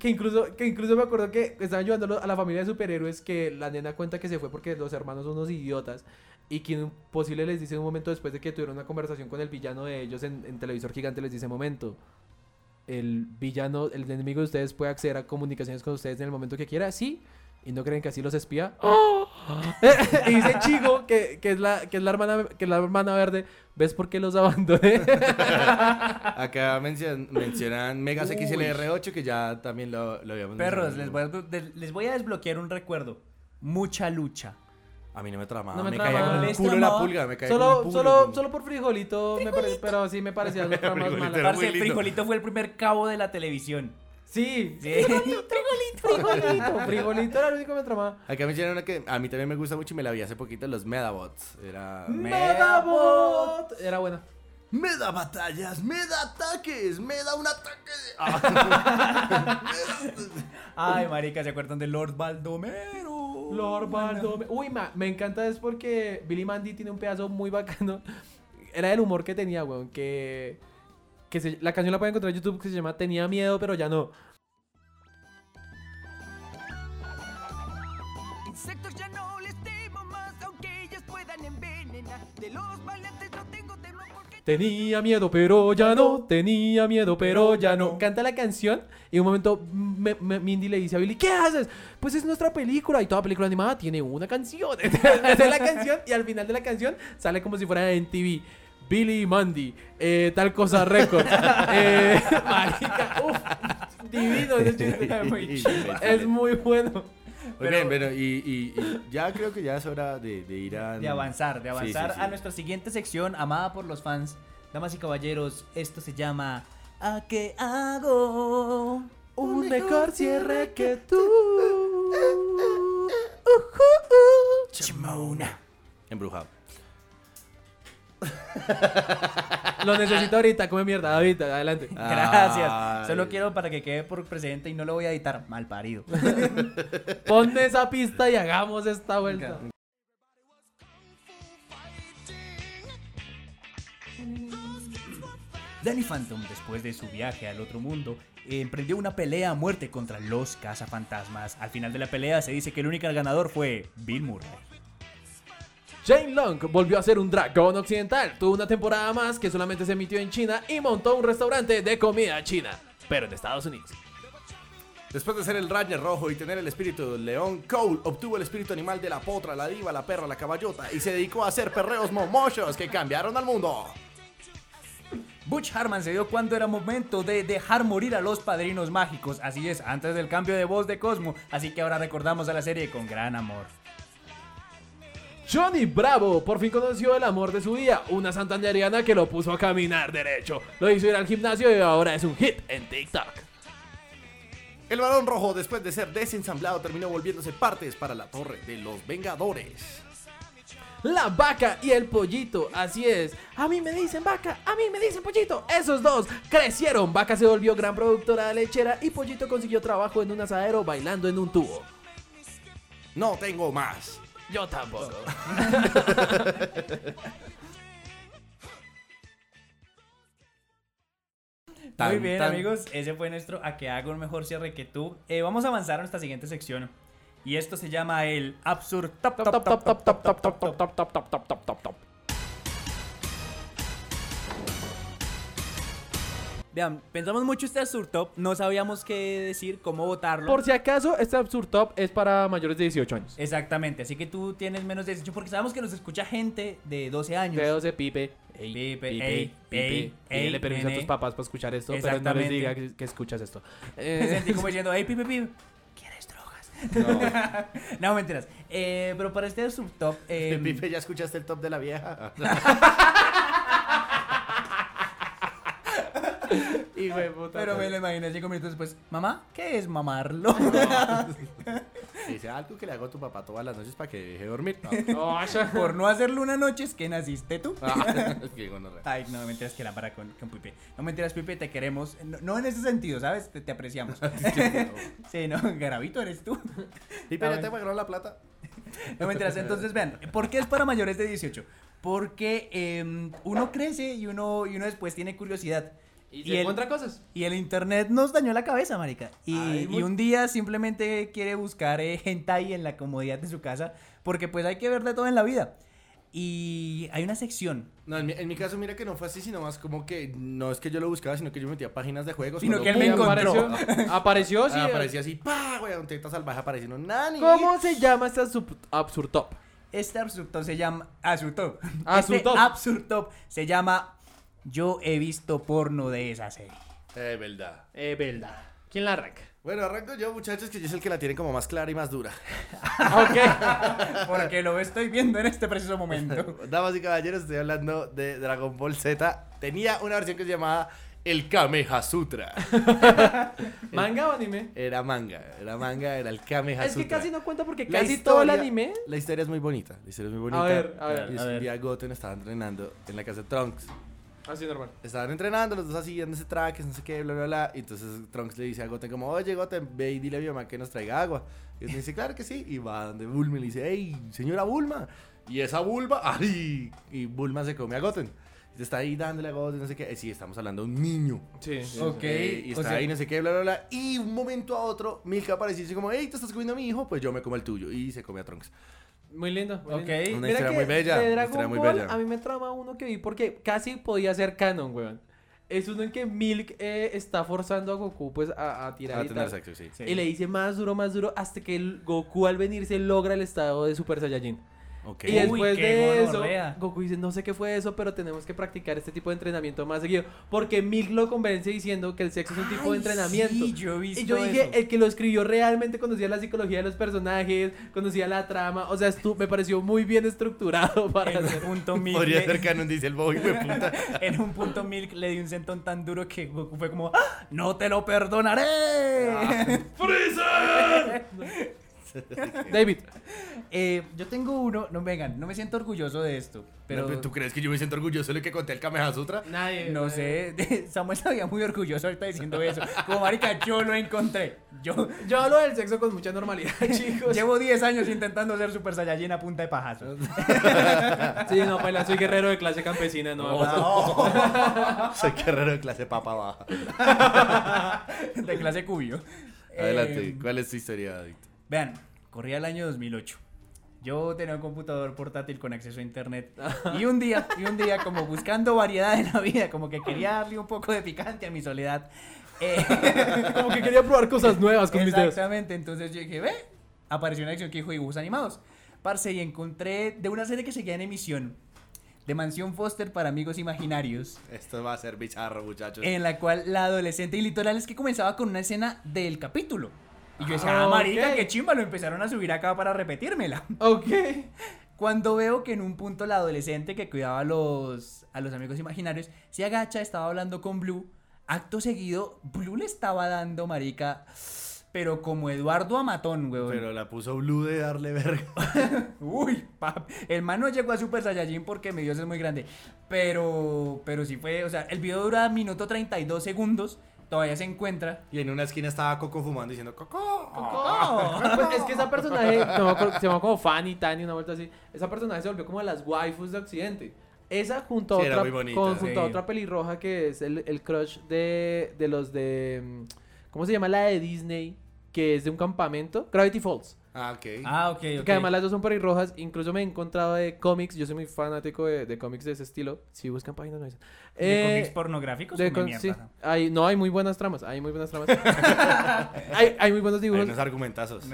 Speaker 5: Que incluso, que incluso me acuerdo que estaban ayudando a la familia de superhéroes que la nena cuenta que se fue porque los hermanos son unos idiotas. Y que posible les dice un momento después de que tuvieron una conversación con el villano de ellos en, en televisor gigante, les dice momento. El villano, el enemigo de ustedes puede acceder a comunicaciones con ustedes en el momento que quiera, sí. Y no creen que así los espía. y dice Chigo, que, que es la, que es la hermana, que es la hermana verde, ¿ves por qué los abandoné?
Speaker 3: Acá mencion- mencionan Megas
Speaker 4: Uy.
Speaker 3: XLR8, que ya también lo, lo habíamos
Speaker 4: Perros, les
Speaker 3: mencionado.
Speaker 4: voy, a, des- les voy a desbloquear un recuerdo. Mucha lucha.
Speaker 3: A mí no me tramaba.
Speaker 4: No me
Speaker 3: me
Speaker 4: tramaba.
Speaker 3: caía con
Speaker 4: Les
Speaker 3: el culo la
Speaker 4: tramaba.
Speaker 3: pulga. Me caía con
Speaker 5: solo,
Speaker 3: el culo.
Speaker 5: solo, solo por frijolito, me pare- pero sí me parecía una trama más
Speaker 3: Frijolito
Speaker 5: mala.
Speaker 3: era muy
Speaker 4: Parce,
Speaker 3: lindo.
Speaker 4: Frijolito fue el primer cabo de la televisión.
Speaker 5: Sí.
Speaker 4: Frijolito.
Speaker 5: Frijolito era el único que me tramaba.
Speaker 3: Acá mencionan una que a mí también me gusta mucho y me la vi hace poquito, los Medabots. Era...
Speaker 5: ¡Medabot! Era buena.
Speaker 3: Me da batallas, me da ataques, me da un ataque.
Speaker 4: Ay, marica, ¿se acuerdan de Lord Baldomero?
Speaker 5: Lord Baldomero. Uy, ma- me encanta es porque Billy Mandy tiene un pedazo muy bacano. Era el humor que tenía, weón. Que, que se- la canción la pueden encontrar en YouTube que se llama Tenía miedo, pero ya no.
Speaker 12: Insectos ya no les temo más, aunque ellas puedan envenenar. De los valientes no tengo temor porque
Speaker 5: Tenía miedo, pero ya no. Tenía miedo, pero ya no. Canta la canción y en un momento me- me- Mindy le dice a Billy, ¿qué haces? Pues es nuestra película y toda película animada tiene una canción. Entonces la canción y al final de la canción sale como si fuera en TV. Billy y Mandy, eh, tal cosa récord. eh, marica, uff, divino ese chiste.
Speaker 3: Era muy
Speaker 5: Sí,
Speaker 3: chimba.
Speaker 5: es muy bueno.
Speaker 3: Muy bien, bueno, y, y- y ya creo que ya es hora de, de ir a...
Speaker 4: De avanzar, de
Speaker 3: Sí, sí,
Speaker 4: avanzar
Speaker 3: sí.
Speaker 4: a nuestra siguiente sección amada por los fans, Damas y caballeros, esto se llama ¿A qué hago? Un mejor cierre que tú. Chimona.
Speaker 6: Embrujado.
Speaker 5: Lo necesito ahorita, come mierda, ahorita, adelante.
Speaker 4: Gracias. Solo quiero para que quede por precedente y no lo voy a editar. Mal parido.
Speaker 5: Ponme esa pista y hagamos esta vuelta.
Speaker 4: Danny Phantom, después de su viaje al otro mundo, emprendió una pelea a muerte contra los cazafantasmas. Al final de la pelea se dice que el único ganador fue Bill Murray.
Speaker 5: Jane Long volvió a ser un dragón occidental. Tuvo una temporada más que solamente se emitió en China y montó un restaurante de comida china, pero en Estados Unidos.
Speaker 3: Después de ser el Ranger Rojo y tener el espíritu del león, Cole obtuvo el espíritu animal de la potra, la diva, la perra, la caballota y se dedicó a hacer perreos momochos que cambiaron al mundo.
Speaker 4: Butch Harman se dio cuando era momento de dejar morir a los padrinos mágicos. Así es, antes del cambio de voz de Cosmo. Así que ahora recordamos a la serie con gran amor.
Speaker 5: Johnny Bravo por fin conoció el amor de su vida, una santanderiana que lo puso a caminar derecho. Lo hizo ir al gimnasio y ahora es un hit en TikTok.
Speaker 3: El varón rojo, después de ser desensamblado, terminó volviéndose partes para la torre de los Vengadores.
Speaker 5: La vaca y el pollito, así es. A mí me dicen vaca, a mí me dicen pollito. Esos dos crecieron. Vaca se volvió gran productora de lechera y pollito consiguió trabajo en un asadero bailando en un tubo.
Speaker 3: No tengo más.
Speaker 5: Yo tampoco.
Speaker 4: Muy
Speaker 5: Tan,
Speaker 4: bien,
Speaker 5: tan.
Speaker 4: amigos, ese fue nuestro A que hago un mejor cierre que tú. Eh, vamos a avanzar a nuestra siguiente sección. Y esto se llama el Absurd Top Top Top Top Top Top Top Top Top Top Top Top Top Top Top Vean, pensamos mucho este Absurd Top, no sabíamos qué decir, cómo votarlo.
Speaker 5: Por si acaso, este Absurd Top es para mayores de 18 años.
Speaker 4: Exactamente, así que tú tienes menos de 18 porque sabemos que nos escucha gente de 12 años.
Speaker 5: De 12, pipe. Ey,
Speaker 4: pipe,
Speaker 5: pipe,
Speaker 4: ey,
Speaker 5: pipe.
Speaker 4: ey,
Speaker 5: Pídele
Speaker 4: ey,
Speaker 5: permiso a
Speaker 4: nene.
Speaker 5: tus papás para escuchar esto, pero no les
Speaker 4: Exactamente.
Speaker 5: diga que, que escuchas esto.
Speaker 4: Me
Speaker 5: Eh,
Speaker 4: sentí como diciendo, hey, pipi, pipi, ¿quieres drogas? No, mentiras. Eh, pero para este subtop... Eh,
Speaker 3: Pipe, ¿ya escuchaste el top de la vieja?
Speaker 5: Hijo de puta.
Speaker 4: Pero me lo imaginé cinco minutos después. pues, Mamá, ¿qué es mamarlo?
Speaker 3: Dice algo que le hago a tu papá todas las noches para que deje de dormir.
Speaker 4: Por no hacerlo una noche es que naciste tú.
Speaker 3: Ah, qué gonorrea.
Speaker 4: Ay, no, me enteras que la para con, con Pipe. No me enteras, Pipe, te queremos. No, no en ese sentido, ¿sabes? Te, te apreciamos. sí, no, Garavito eres tú.
Speaker 3: Pipe, ¿ya te pagaron la plata?
Speaker 4: No me enteras. Entonces, vean, ¿por qué es para mayores de 18? Porque eh, uno crece y uno, y uno después tiene curiosidad.
Speaker 5: Y se encuentra cosas.
Speaker 4: Y el internet nos dañó la cabeza, marica. Y,
Speaker 5: Ay,
Speaker 4: y
Speaker 5: muy-
Speaker 4: un día simplemente quiere buscar eh, hentai en la comodidad de su casa. Porque pues hay que ver de todo en la vida. Y hay una sección.
Speaker 3: No, en mi, en mi caso, mira que no fue así, sino más como que no es que yo lo buscaba, sino que yo metía páginas de juegos.
Speaker 4: Sino
Speaker 3: cuando
Speaker 4: que él me
Speaker 3: ¡pum!
Speaker 4: encontró.
Speaker 3: Apareció,
Speaker 5: Apareció, sí.
Speaker 3: Ah, aparecía así, pa, güey, un teta salvaje apareciendo, nani.
Speaker 5: ¿Cómo se llama este sub- Absurd Top?
Speaker 4: Este absurdo se llama... Absurdo.
Speaker 3: Ah,
Speaker 5: Absurd
Speaker 4: Este
Speaker 5: Top.
Speaker 4: absurdo se llama... Yo he visto porno de esa serie.
Speaker 3: Eh, verdad.
Speaker 5: Eh, verdad. ¿Quién la arranca?
Speaker 3: Bueno, arranco yo, muchachos, que yo soy el que la tiene como más clara y más dura.
Speaker 4: Porque lo estoy viendo en este preciso momento.
Speaker 3: Damas y caballeros, estoy hablando de Dragon Ball Z. Tenía una versión que se llamaba El Kameha Sutra.
Speaker 5: ¿Manga o anime?
Speaker 3: Era manga, era manga, era el Kameha
Speaker 5: Es que
Speaker 3: Sutra.
Speaker 5: casi no cuenta porque
Speaker 3: La
Speaker 5: casi todo el
Speaker 3: historia-
Speaker 5: anime.
Speaker 3: La historia es muy bonita. La historia es muy bonita.
Speaker 5: A ver, a ver,
Speaker 3: Y
Speaker 5: a
Speaker 3: un
Speaker 5: ver.
Speaker 3: día Goten estaba entrenando en la casa de Trunks.
Speaker 5: Así Ah, normal.
Speaker 3: Estaban entrenando, los dos así, dándose traques, no sé qué, bla, bla, bla. Y entonces Trunks le dice a Goten como, oye, Goten, ve y dile a mi mamá que nos traiga agua. Y él dice, claro que sí. Y va donde Bulma y le dice, hey, señora Bulma. Y esa Bulma, ay, y Bulma se come a Goten. Y está ahí dándole a Goten, no sé qué. Eh, sí, estamos hablando de un niño.
Speaker 5: Sí.
Speaker 4: Ok,
Speaker 3: Eh, y
Speaker 4: o
Speaker 3: está
Speaker 4: sea-
Speaker 3: ahí, no sé qué, bla, bla, bla. Y un momento a otro, Milka aparece y dice como, hey, te estás comiendo a mi hijo. Pues yo me como el tuyo. Y se come a Trunks.
Speaker 5: Muy lindo. muy
Speaker 4: Ok.
Speaker 5: lindo.
Speaker 3: Una
Speaker 5: Eh, Mira
Speaker 3: historia
Speaker 5: que
Speaker 3: muy bella,
Speaker 5: De
Speaker 3: una
Speaker 5: Dragon
Speaker 3: historia muy
Speaker 5: Ball,
Speaker 3: bella.
Speaker 5: a mí me trama uno que vi porque casi podía ser canon, weón. Es uno en que Milk eh, está forzando a Goku pues a, a tirar
Speaker 3: A
Speaker 5: y
Speaker 3: Ah, tener
Speaker 5: tal.
Speaker 3: sexo, sí.
Speaker 5: Y le dice más duro, más duro, hasta que el Goku al venirse logra el estado de Super Saiyajin.
Speaker 6: Ok.
Speaker 5: Y
Speaker 6: Uy,
Speaker 5: después
Speaker 6: qué
Speaker 5: de eso,
Speaker 6: gonorrea.
Speaker 5: Goku dice, no sé qué fue eso, pero tenemos que practicar este tipo de entrenamiento más seguido. Porque Milk lo convence diciendo que el sexo es un tipo de
Speaker 4: Ay,
Speaker 5: entrenamiento.
Speaker 4: sí, yo he visto
Speaker 5: y yo dije,
Speaker 4: eso.
Speaker 5: el que lo escribió realmente conocía la psicología de los personajes, conocía la trama. O sea, estu- me pareció muy bien estructurado para
Speaker 4: En un
Speaker 5: hacer-
Speaker 4: punto Milk le- en un punto Milk le di un sentón tan duro que Goku fue como "¡Ah! ¡No te lo
Speaker 3: Ah.
Speaker 4: perdonaré!
Speaker 5: David.
Speaker 4: Eh, yo tengo uno, no vengan, no me siento orgulloso de esto. Pero...
Speaker 3: No, pero ¿tú crees que yo me siento orgulloso de lo que conté el Kamehameha Sutra?
Speaker 5: Nadie.
Speaker 4: No sé, Samuel sabía muy orgulloso ahorita diciendo eso. Como marica, yo lo encontré. Yo,
Speaker 5: yo hablo del sexo con mucha normalidad, chicos.
Speaker 4: Llevo 10 años intentando ser Super Saiyajin a punta de pajazos.
Speaker 5: Sí, no, paila, soy guerrero de clase campesina, no.
Speaker 6: Soy guerrero de clase papa baja.
Speaker 4: de clase cubio.
Speaker 6: Adelante,
Speaker 5: Em,
Speaker 4: Eh,
Speaker 6: ¿cuál es tu historia, Adicto?
Speaker 4: Vean, corría el año 2008. Yo tenía un computador portátil con acceso a internet. Y un día, y un día, como buscando variedad en la vida, como que quería darle un poco de picante a mi soledad. Eh,
Speaker 5: como que quería probar cosas nuevas con mis dedos.
Speaker 4: Exactamente, entonces yo dije, ve, apareció una acción que dijo dibujos animados. Parce, y encontré de una serie que seguía en emisión, de Mansión Foster para Amigos Imaginarios.
Speaker 3: Esto va a ser bizarro, muchachos.
Speaker 4: En la cual la adolescente, y literal es que comenzaba con una escena del capítulo. Y yo decía,
Speaker 5: Ah,
Speaker 4: ah, marica,
Speaker 5: ok.
Speaker 4: qué chimba, lo empezaron a subir acá para repetírmela.
Speaker 5: Ok.
Speaker 4: Cuando veo que en un punto la adolescente que cuidaba a los, a los amigos imaginarios se agacha, estaba hablando con Blue. Acto seguido, Blue le estaba dando, marica, pero como Eduardo a matón, weón.
Speaker 6: Pero la puso Blue de darle verga.
Speaker 4: Uy, pap. El man no llegó a Super Saiyajin porque mi Dios es muy grande. Pero, pero sí fue, o sea, el video dura minuto 32 segundos. Todavía se encuentra.
Speaker 3: Y en una esquina estaba Coco fumando diciendo, Coco.
Speaker 5: Pues es que esa personaje se llamaba como- se llamaba como Fanny, Tani, una vuelta así. Esa personaje se volvió como de las waifus de Occidente. Esa junto a
Speaker 3: Sí, era
Speaker 5: otra,
Speaker 3: muy bonita,
Speaker 5: con- junto a
Speaker 3: sí.
Speaker 5: otra pelirroja que es el, el crush de, de los de. mm, ¿Cómo se llama la de Disney? Que es de un campamento. Gravity Falls.
Speaker 3: Ah, ok.
Speaker 4: Ah, ok, ok.
Speaker 5: Que además las dos son pelirrojas. Incluso me he encontrado de cómics. Yo soy muy fanático de, de cómics de ese estilo. Si buscan páginas, no dicen. Eh,
Speaker 4: ¿De cómics pornográficos o de
Speaker 5: con-
Speaker 4: mierda?
Speaker 5: sí. Hay- no, hay muy buenas tramas. Hay muy buenas tramas. hay, hay muy buenos dibujos.
Speaker 3: Hay unos argumentazos.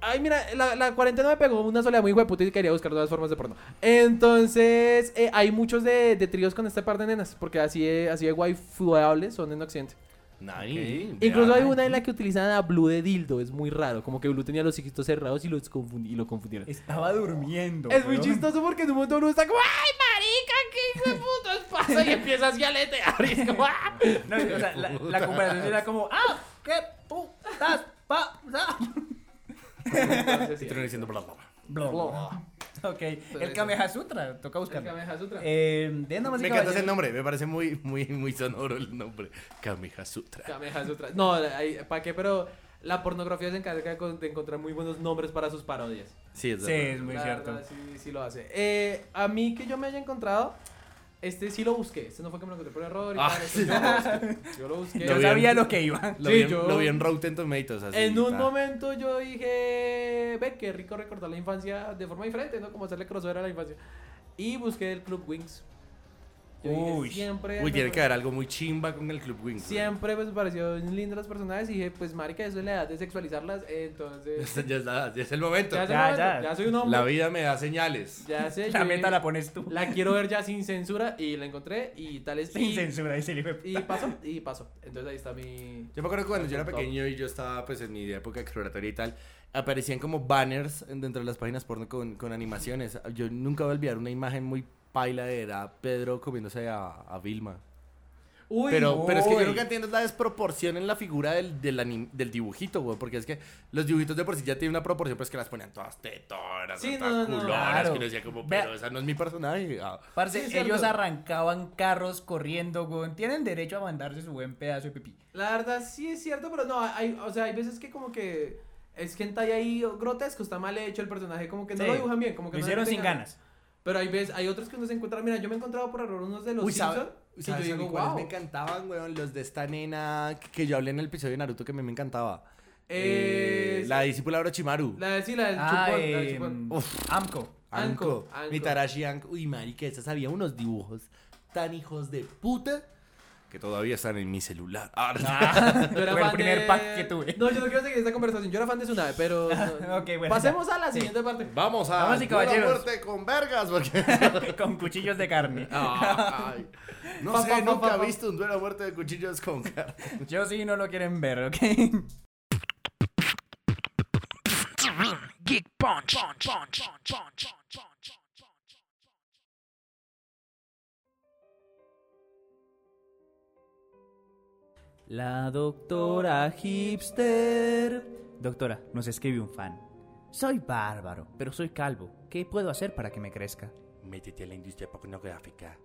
Speaker 5: Ay, mira, la, la cuarentena me pegó una soledad muy hueputa y quería buscar todas formas de porno. Entonces, eh, hay muchos de, de tríos con este par de nenas, porque así de, así de waifuables son en Occidente.
Speaker 6: Ay,
Speaker 5: Ok. Incluso hay
Speaker 6: vean.
Speaker 5: una en la que utilizan a Blue de dildo, es muy raro, como que Blue tenía los hijitos cerrados y, los confundi- y lo confundieron.
Speaker 4: Estaba durmiendo.
Speaker 5: Es muy
Speaker 4: weón.
Speaker 5: chistoso porque en un momento uno está como, ¡ay, marica, qué putos pasa! Y empiezas a aletear y es como, ¡ah!
Speaker 4: No, o sea, la, la comparación era como, ¡ah! ¡Qué putas! Pa, ah".
Speaker 5: Entonces,
Speaker 3: Y
Speaker 5: sí.
Speaker 3: Trueno diciendo, bla, bla,
Speaker 4: Blah,
Speaker 3: bla.
Speaker 4: blah. Ok, el Kamehameha Sutra, toca buscarlo.
Speaker 5: Sutra.
Speaker 4: Eh, de nada más y
Speaker 3: me encanta
Speaker 4: caballeros.
Speaker 3: ese nombre, me parece muy, muy, muy sonoro el nombre. Kamehameha Sutra.
Speaker 5: Kamehameha Sutra. No, ¿para qué? Pero la pornografía se encarga con- de encontrar muy buenos nombres para sus parodias.
Speaker 6: Sí, es
Speaker 4: Sí,
Speaker 6: verdad.
Speaker 4: es muy
Speaker 5: La
Speaker 4: cierto.
Speaker 5: verdad, sí, sí lo hace. Eh, a mí que yo me haya encontrado, este sí lo busqué. Este no fue que me lo encontré por error. y
Speaker 3: Ah,
Speaker 5: tal,
Speaker 3: sí.
Speaker 5: este yo lo busqué. Yo lo busqué.
Speaker 3: Lo vi en- Lo,
Speaker 5: Sí,
Speaker 3: vi, en-
Speaker 5: yo-
Speaker 3: lo vi en Rotten Tomatoes. Así,
Speaker 5: en un
Speaker 3: ta.
Speaker 5: momento yo dije, ve, qué rico recordar la infancia de forma diferente, ¿no? Como hacerle crossover a la infancia. Y busqué el Club Wings. Yo dije,
Speaker 3: Uy,
Speaker 5: siempre...
Speaker 3: Uy,
Speaker 5: me
Speaker 3: tiene que haber algo muy chimba con el Club Wings.
Speaker 5: Siempre pues, me pareció lindo los personajes y dije, pues marica, eso es la edad de sexualizarlas, entonces...
Speaker 3: Ya es, la- ya es el momento.
Speaker 5: Ya es el Ya, momento, ya. ya soy un hombre.
Speaker 3: La vida me da señales.
Speaker 5: Ya sé,
Speaker 4: La
Speaker 5: yo-
Speaker 4: meta la pones tú.
Speaker 5: La quiero ver ya sin censura y la encontré y tal es...
Speaker 4: Sin
Speaker 5: y-
Speaker 4: censura, dice el hijo de
Speaker 5: Y pasó, y pasó. Entonces ahí está mi...
Speaker 3: Yo me acuerdo que cuando yo era
Speaker 5: top.
Speaker 3: pequeño y yo estaba pues en mi época exploratoria y tal, aparecían como banners dentro de las páginas porno con, con animaciones. Yo nunca voy a olvidar una imagen muy paila era Pedro comiéndose a, a Vilma.
Speaker 5: Uy,
Speaker 3: pero, pero es que yo
Speaker 5: uy.
Speaker 3: lo que entiendo es la desproporción en la figura del, del, anim- del dibujito, güey. Porque es que los dibujitos de por sí ya tienen una proporción, pero es que las ponían todas tetonas,
Speaker 4: Sí,
Speaker 3: todas
Speaker 4: no, no,
Speaker 3: culonas.
Speaker 4: claro.
Speaker 3: Que yo decía como,
Speaker 4: Vea-
Speaker 3: pero esa no es mi personaje. Ah.
Speaker 4: Parce,
Speaker 5: Sí, es
Speaker 4: ellos
Speaker 5: cierto.
Speaker 4: arrancaban carros corriendo, weón. Tienen derecho a mandarse su buen pedazo de pipí.
Speaker 5: La verdad sí es cierto, pero no, hay, o sea, hay veces que como que es gente ahí grotesco, está mal hecho el personaje, como que no
Speaker 4: Sí.
Speaker 5: lo dibujan bien, como que
Speaker 4: Lo
Speaker 5: no
Speaker 4: hicieron
Speaker 5: le
Speaker 4: sin
Speaker 5: tengan-
Speaker 4: ganas.
Speaker 5: Pero hay veces, hay otros que uno se encuentra, mira, yo me he encontrado por error unos de los
Speaker 3: Uy, ¿sabe-
Speaker 5: Simpsons que yo
Speaker 3: ¿sabes a
Speaker 5: digo,
Speaker 3: mí cuáles
Speaker 5: wow.
Speaker 3: me encantaban, weón? Los de esta nena que- que yo hablé en el episodio de Naruto que a mí me encantaba.
Speaker 5: Eh,
Speaker 3: Eh, la discípula de Orochimaru.
Speaker 5: La, sí, la del
Speaker 4: Ah,
Speaker 5: chupón, la del
Speaker 4: eh,
Speaker 5: chupón.
Speaker 3: Uf.
Speaker 4: Amco.
Speaker 3: Anko.
Speaker 5: Anko, Anko.
Speaker 3: Mitarashi Anko. Uy, marica, esas había unos dibujos tan hijos de puta
Speaker 6: que todavía están en mi celular. Ah, no.
Speaker 5: Yo era
Speaker 4: Fue el
Speaker 5: fan
Speaker 4: primer
Speaker 5: de-
Speaker 4: pack que tuve.
Speaker 5: No, yo no quiero seguir esta conversación. Yo era fan de Tsunade, pero. no. Pasemos a la siguiente parte.
Speaker 6: Vamos a
Speaker 4: Damas y
Speaker 6: Dura
Speaker 4: caballeros.
Speaker 6: muerte con vergas porque
Speaker 4: con cuchillos de carne.
Speaker 6: Ay, no
Speaker 4: Pa,
Speaker 6: sé,
Speaker 4: pa, pa,
Speaker 6: nunca
Speaker 4: pa,
Speaker 6: he
Speaker 4: pa.
Speaker 6: visto un duelo a muerte de cuchillos con carne.
Speaker 4: Yo sí no lo quieren ver, ¿ok?
Speaker 2: Geek punch. punch, punch, punch, punch.
Speaker 4: La doctora hipster. Doctora, nos escribe un fan. Soy bárbaro, pero soy calvo. ¿Qué puedo hacer para que me crezca?
Speaker 6: Métete a la industria pornográfica.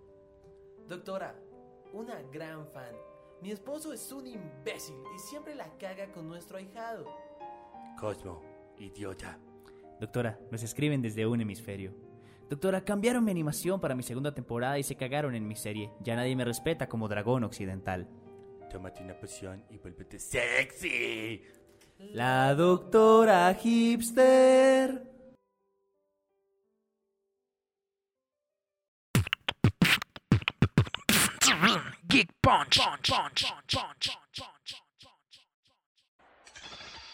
Speaker 5: Doctora, una gran fan. Mi esposo es un imbécil y siempre la caga con nuestro ahijado.
Speaker 6: Cosmo, idiota.
Speaker 4: Doctora, nos escriben desde un hemisferio. Doctora, cambiaron mi animación para mi segunda temporada y se cagaron en mi serie. Ya nadie me respeta como dragón occidental.
Speaker 6: Tómate una poción y vuélvete sexy.
Speaker 4: La doctora hipster.
Speaker 2: Geek punch. punch, punch, punch, punch.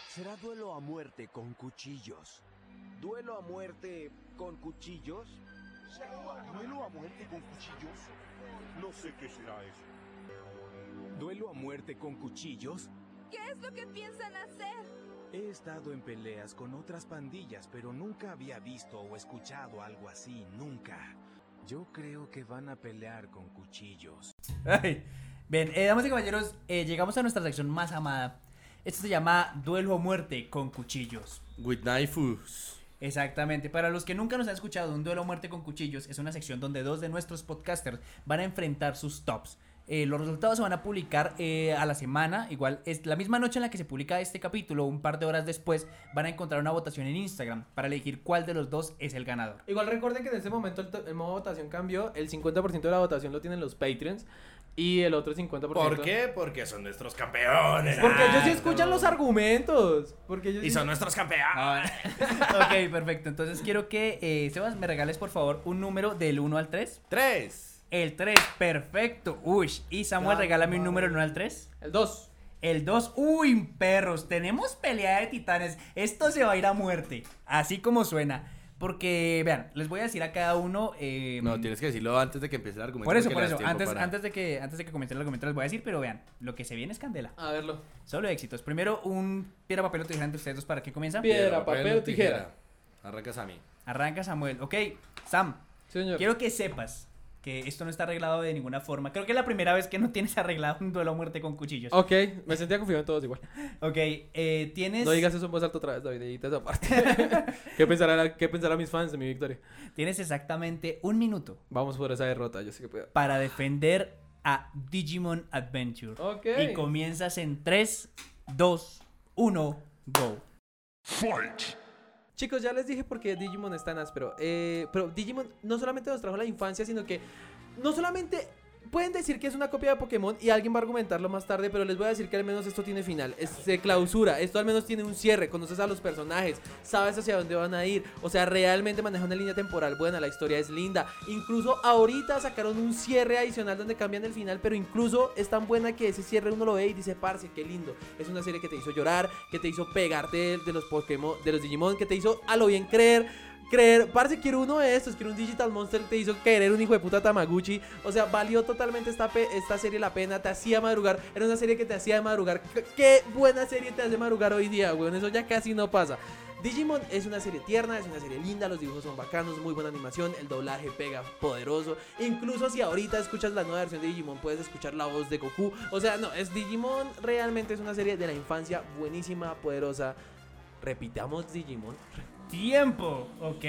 Speaker 13: Será duelo a muerte con cuchillos. ¿Duelo a muerte con cuchillos? ¿Duelo a muerte con cuchillos? No sé qué será eso. ¿Duelo a muerte con cuchillos?
Speaker 14: ¿Qué es lo que piensan hacer?
Speaker 13: He estado en peleas con otras pandillas, pero nunca había visto o escuchado algo así, nunca. Yo creo que van a pelear con cuchillos.
Speaker 4: Ay. Bien, eh, damas y caballeros, eh, llegamos a nuestra sección más amada. Esto se llama Duelo o Muerte con Cuchillos.
Speaker 6: With naifus.
Speaker 4: Exactamente. Para los que nunca nos han escuchado, un duelo a muerte con cuchillos es una sección donde dos de nuestros podcasters van a enfrentar sus tops. Eh, los resultados se van a publicar eh, a la semana. Igual, es la misma noche en la que se publica este capítulo, un par de horas después, van a encontrar una votación en Instagram para elegir cuál de los dos es el ganador.
Speaker 5: Igual recuerden que en este momento el, to- el modo votación cambió. El 50% de la votación lo tienen los Patreons y el otro 50%.
Speaker 6: ¿Por qué? Porque son nuestros campeones.
Speaker 5: Porque ellos sí escuchan los argumentos. Porque ellos
Speaker 6: Y
Speaker 5: sí-
Speaker 6: son nuestros campeones.
Speaker 4: Ah, ok, perfecto. Entonces quiero que, eh, Sebas, me regales por favor un número del 1 al 3.
Speaker 6: 3.
Speaker 4: El 3, perfecto. Uy, y Samuel,
Speaker 5: Ya,
Speaker 4: regálame un
Speaker 5: madre.
Speaker 4: número del 1 al 3.
Speaker 5: El 2.
Speaker 4: El 2. Uy, perros, tenemos pelea de titanes. Esto se va a ir a muerte. Así como suena. Porque, vean, les voy a decir a cada uno. eh,
Speaker 6: No, tienes que decirlo antes de que empiece el argumento.
Speaker 4: por eso,
Speaker 6: porque
Speaker 4: por
Speaker 6: le das
Speaker 4: eso.
Speaker 6: tiempo
Speaker 4: Antes,
Speaker 6: para-
Speaker 4: antes, de que, antes de que comience el argumento, les voy a decir, pero vean, lo que se viene es candela.
Speaker 5: A verlo.
Speaker 4: Solo éxitos. Primero, un piedra, papel o tijera entre ustedes dos para que comienza.
Speaker 6: Arrancas a mí.
Speaker 4: Arranca Samuel. Ok, Sam. Quiero que sepas que esto no está arreglado de ninguna forma. Creo que es la primera vez que no tienes arreglado un duelo a muerte con cuchillos.
Speaker 5: Ok, me sentía confiado en todos igual.
Speaker 4: Ok, eh, tienes.
Speaker 5: No digas eso en voz alta otra vez, David, edita esa parte. ¿Qué pensarán qué pensarán mis fans de mi victoria?
Speaker 4: Tienes exactamente un minuto.
Speaker 5: Vamos por esa derrota, yo sé que puedo.
Speaker 4: Para defender a Digimon Adventure.
Speaker 5: Ok.
Speaker 4: Y comienzas en 3, 2, 1, go.
Speaker 5: Chicos, ya les dije por qué Digimon es tan áspero. Eh, pero Digimon no solamente nos trajo la infancia, sino que no solamente pueden decir que es una copia de Pokémon y alguien va a argumentarlo más tarde, pero les voy a decir que al menos esto tiene final. Es- se clausura, esto al menos tiene un cierre, conoces a los personajes, sabes hacia dónde van a ir. O sea, realmente maneja una línea temporal buena, la historia es linda. Incluso ahorita sacaron un cierre adicional donde cambian el final, pero incluso es tan buena que ese cierre uno lo ve y dice, parce, qué lindo. Es una serie que te hizo llorar, que te hizo pegarte de, de los Pokémon, de los Digimon, que te hizo a lo bien creer creer, parce, quiero uno de estos, quiero un Digital Monster, te hizo querer un hijo de puta Tamaguchi. O sea, valió totalmente esta, pe- esta serie la pena, te hacía madrugar, era una serie que te hacía madrugar. Qué- Qué buena serie te hace madrugar hoy día, weón, eso ya casi no pasa. Digimon es una serie tierna, es una serie linda, los dibujos son bacanos, muy buena animación, el doblaje pega poderoso. Incluso si ahorita escuchas la nueva versión de Digimon, puedes escuchar la voz de Goku. O sea, no, es Digimon realmente es una serie de la infancia buenísima, poderosa. Repitamos Digimon.
Speaker 4: Tiempo, ok.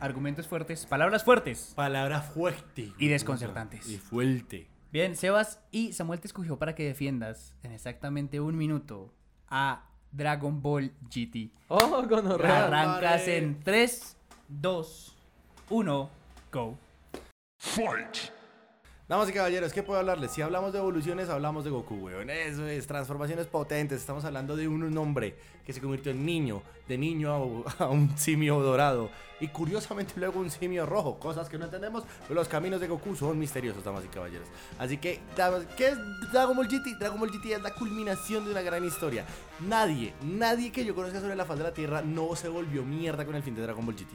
Speaker 4: Argumentos fuertes, palabras fuertes.
Speaker 6: Palabra fuerte.
Speaker 4: Y desconcertantes.
Speaker 6: Y fuerte.
Speaker 4: Bien, Sebas y Samuel te escogió para que defiendas en exactamente un minuto a Dragon Ball GT.
Speaker 5: Oh, gonorrea.
Speaker 4: Arrancas
Speaker 5: Madre.
Speaker 4: en 3, 2, 1, go.
Speaker 3: Damas y caballeros, ¿qué puedo hablarles? Si hablamos de evoluciones, hablamos de Goku, weón. Eso es, transformaciones potentes. Estamos hablando de un hombre que se convirtió en niño, de niño a u- a, un simio dorado. Y curiosamente luego un simio rojo, cosas que no entendemos, pero los caminos de Goku son misteriosos, damas y caballeros. Así que, damas- ¿qué es Dragon Ball GT? Dragon Ball GT es la culminación de una gran historia. Nadie, nadie que yo conozca sobre la faz de la Tierra no se volvió mierda con el fin de Dragon Ball GT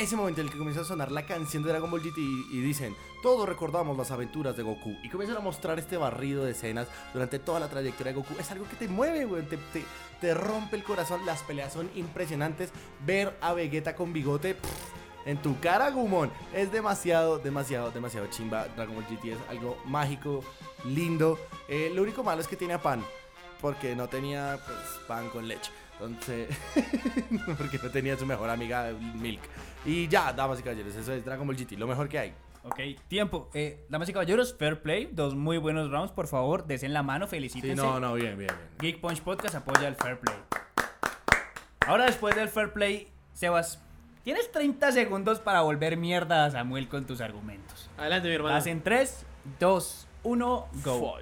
Speaker 3: ese momento en el que comienza a sonar la canción de Dragon Ball GT y, y dicen, todos recordamos las aventuras de Goku. Y comienzan a mostrar este barrido de escenas durante toda la trayectoria de Goku. Es algo que te mueve, güey. Te, te- te rompe el corazón. Las peleas son impresionantes. Ver a Vegeta con bigote. pff, en tu cara, Gumon. Es demasiado, demasiado, demasiado chimba. Dragon Ball GT es algo mágico, lindo. Eh, lo único malo es que tiene a pan. Porque no tenía pues, pan con leche. Entonces, porque no tenía su mejor amiga Milk. Y ya, damas y caballeros, eso es Dragon Ball GT, lo mejor que hay.
Speaker 4: Ok, tiempo. Eh, damas y caballeros, fair play. Dos muy buenos rounds, por favor. Desen la mano, felicítense.
Speaker 3: Sí, no, no, bien, bien, bien.
Speaker 4: Geek Punch Podcast apoya el fair play. Ahora, después del fair play, Sebas, tienes 30 segundos para volver mierda a Samuel con tus argumentos.
Speaker 5: Adelante, mi hermano.
Speaker 4: Vas en 3, 2, 1, go.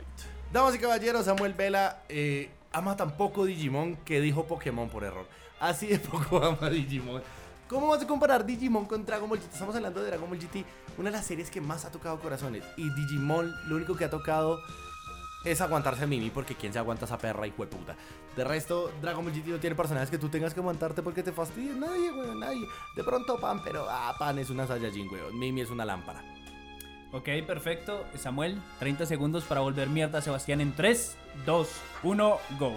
Speaker 3: Damas y caballeros, Samuel Vela eh, ama tan poco Digimon que dijo Pokémon por error. Así de poco ama Digimon. ¿Cómo vas a comparar Digimon con Dragon Ball GT? Estamos hablando de Dragon Ball GT, una de las series que más ha tocado corazones. Y Digimon, lo único que ha tocado es aguantarse a Mimi, porque quién se aguanta a esa perra y puta. De resto, Dragon Ball GT no tiene personajes que tú tengas que aguantarte porque te fastidies. Nadie, weón, nadie. De pronto Pan, pero ah, Pan es una Saiyajin, weón. Mimi es una lámpara.
Speaker 4: Ok, perfecto. Samuel, 30 segundos para volver mierda a Sebastián en 3, 2, 1, go.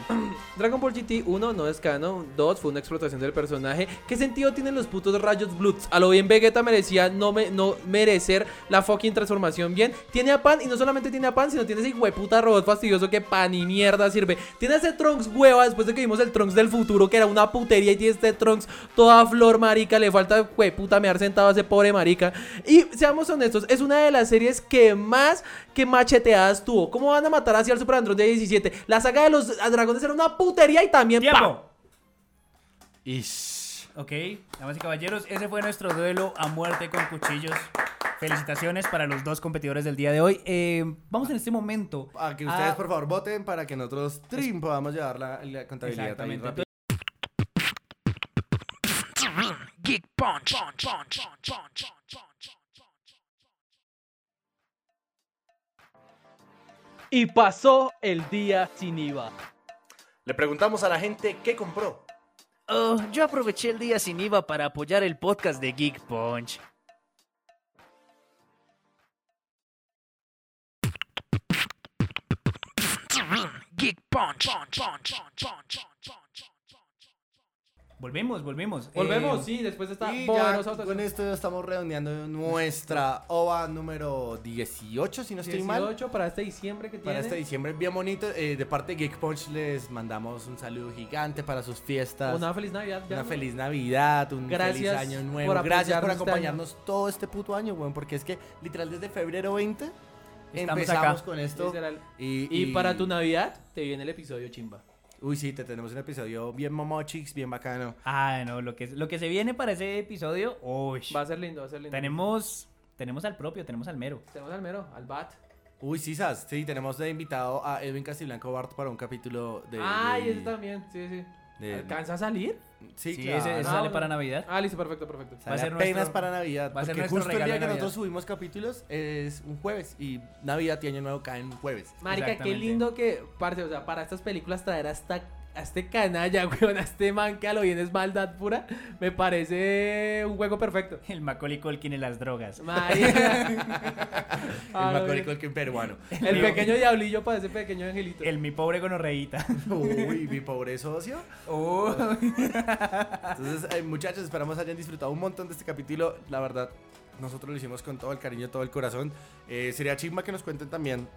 Speaker 5: Dragon Ball GT 1 no es canon, 2 fue una explotación del personaje. ¿Qué sentido tienen los putos rayos Bloods? A lo bien Vegeta merecía no, me- no merecer la fucking transformación bien. Tiene a Pan y no solamente tiene a Pan, sino tiene ese hueputa robot fastidioso que pan y mierda sirve. Tiene a ese Trunks hueva después de que vimos el Trunks del futuro que era una putería y tiene este Trunks toda flor marica, le falta hueputa mear sentado a ese pobre marica. Y seamos honestos, es una de las series que más que macheteadas tuvo. ¿Cómo van a matar así al Super Android de 17? La saga de los dragones era una putería y también ¡pam!
Speaker 4: Ok, damas y caballeros, ese fue nuestro duelo a muerte con cuchillos. Felicitaciones para los dos competidores del día de hoy. Eh, vamos en este momento
Speaker 3: a
Speaker 4: que
Speaker 3: Que
Speaker 5: Ah.
Speaker 3: ustedes, por favor, voten para que nosotros trim, podamos llevar la, la contabilidad ahí
Speaker 4: Exactamente.
Speaker 3: rápido.
Speaker 2: Geek Punch. Punch, punch, punch, punch, punch.
Speaker 15: Y pasó el día sin IVA.
Speaker 3: Le preguntamos a la gente qué compró.
Speaker 16: Oh, yo aproveché el día sin IVA para apoyar el podcast de Geek Punch.
Speaker 2: Geek Punch. Punch, punch, punch, punch, punch.
Speaker 4: Volvemos, volvemos. Eh,
Speaker 5: Volvemos, sí, después de esta
Speaker 3: Y
Speaker 5: boba de
Speaker 3: ya
Speaker 5: Ah, nosotros.
Speaker 3: con esto ya estamos redondeando nuestra OVA número 18, si no estoy mal.
Speaker 5: 18 para este diciembre que tiene.
Speaker 3: Para este diciembre, bien bonito. Eh, de parte de Geek Punch les mandamos un saludo gigante para sus fiestas.
Speaker 5: Una feliz Navidad. ya,
Speaker 3: Una
Speaker 5: ¿no?
Speaker 3: feliz Navidad, un feliz
Speaker 5: Gracias
Speaker 3: año nuevo.
Speaker 5: por
Speaker 3: Gracias por
Speaker 5: apoyarnos este
Speaker 3: acompañarnos todo este puto año, weón. Porque es que literal desde febrero 20
Speaker 5: Estamos
Speaker 3: empezamos
Speaker 5: acá.
Speaker 3: con esto.
Speaker 5: Literal.
Speaker 3: Y,
Speaker 5: Y para tu
Speaker 3: Navidad te viene el episodio chimba. Uy, sí, te tenemos un episodio bien momochix, bien bacano.
Speaker 4: Ah, no, lo que, lo que se viene para ese episodio, uy.
Speaker 5: Va a ser lindo, va a ser lindo.
Speaker 4: Tenemos, tenemos al propio, tenemos al mero.
Speaker 5: Tenemos al mero, al bat.
Speaker 3: Uy, sí, Sas, sí, tenemos de invitado a Edwin Castiblanco Bart para un capítulo de.
Speaker 5: Ay,
Speaker 3: de-
Speaker 5: ese también, Ah, sí, sí.
Speaker 3: de-
Speaker 5: ¿Alcanza a salir?
Speaker 3: Sí,
Speaker 4: Sí,
Speaker 3: claro.
Speaker 4: ese- ese
Speaker 3: Ah,
Speaker 4: sale
Speaker 3: bueno.
Speaker 4: para Navidad.
Speaker 5: Ah, listo, perfecto, perfecto.
Speaker 3: Sale apenas para Navidad.
Speaker 4: va a ser
Speaker 3: porque
Speaker 4: nuestro
Speaker 3: justo el
Speaker 4: regalo
Speaker 3: día
Speaker 4: de
Speaker 3: que
Speaker 4: Navidad.
Speaker 3: nosotros subimos capítulos es un jueves y Navidad y Año Nuevo caen jueves.
Speaker 5: Marica, qué lindo que, parce, o sea, para estas películas traer hasta a este canalla, weón, a este man que a lo bien es maldad pura, me parece un juego perfecto.
Speaker 4: El Macaulay Culkin en las
Speaker 5: Ah,
Speaker 4: drogas.
Speaker 5: Marica. Ah, lo bien.
Speaker 3: que peruano.
Speaker 5: El pequeño diablillo para ese pequeño angelito.
Speaker 4: El mi pobre gonorreíta.
Speaker 3: Uy, mi pobre socio. Entonces, eh, muchachos, esperamos hayan disfrutado un montón de este capítulo. La verdad, nosotros lo hicimos con todo el cariño, todo el corazón. Eh, sería chimba que nos cuenten también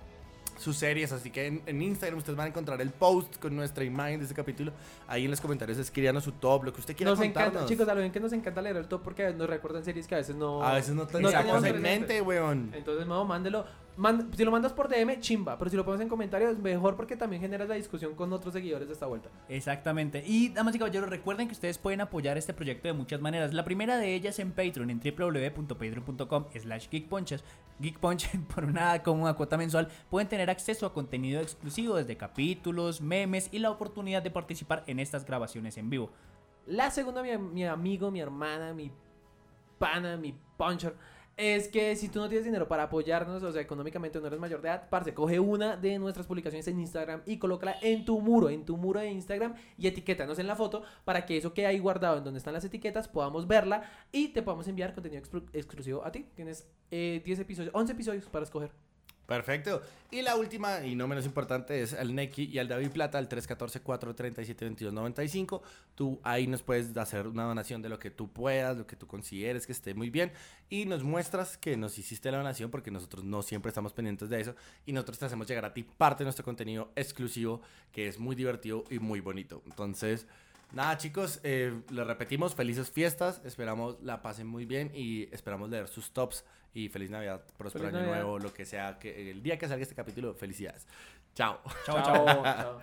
Speaker 3: sus series, así que en, en Instagram ustedes van a encontrar el post con nuestra imagen de este capítulo. Ahí en los comentarios escríbanos su top, lo que usted quiera
Speaker 5: Nos
Speaker 3: contarnos.
Speaker 5: encanta, chicos, a lo bien que nos encanta leer el top porque nos recuerdan series que a veces no.
Speaker 3: A veces no
Speaker 5: tenemos
Speaker 3: tenemos en
Speaker 5: presente.
Speaker 3: mente, weón.
Speaker 5: Entonces, mamo, mándelo. man- si lo mandas por DM, chimba. Pero si lo pones en comentarios, mejor porque también generas la discusión con otros seguidores de esta vuelta.
Speaker 4: Exactamente. Y damas y caballeros, recuerden que ustedes pueden apoyar este proyecto de muchas maneras. La primera de ellas en Patreon, en www.patreon.com slash geekpunches. Geekpunch, por una cómoda cuota mensual, pueden tener acceso a contenido exclusivo desde capítulos, memes y la oportunidad de participar en estas grabaciones en vivo.
Speaker 5: La segunda, mi, mi amigo, mi hermana, mi pana, mi puncher, es que si tú no tienes dinero para apoyarnos, o sea, económicamente no eres mayor de edad, parce, coge una de nuestras publicaciones en Instagram y colócala en tu muro, en tu muro de Instagram y etiquétanos en la foto para que eso que hay guardado en donde están las etiquetas podamos verla y te podamos enviar contenido exclu- exclusivo a ti. Tienes eh, 10 episodios, 11 episodios para escoger.
Speaker 3: Perfecto. Y la última, y no menos importante, es al Neki y al David Plata, al 314-437-2295. Tú ahí nos puedes hacer una donación de lo que tú puedas, lo que tú consideres que esté muy bien. Y nos muestras que nos hiciste la donación, porque nosotros no siempre estamos pendientes de eso. Y nosotros te hacemos llegar a ti parte de nuestro contenido exclusivo, que es muy divertido y muy bonito. Entonces, nada, chicos, eh, lo repetimos: felices fiestas. Esperamos la pasen muy bien y esperamos leer sus tops. Y feliz Navidad, próspero
Speaker 5: Feliz
Speaker 3: año
Speaker 5: Navidad.
Speaker 3: nuevo, lo que sea, que el día que salga este capítulo, felicidades. Chao.
Speaker 5: Chao, chao, chao.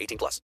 Speaker 17: 18 plus.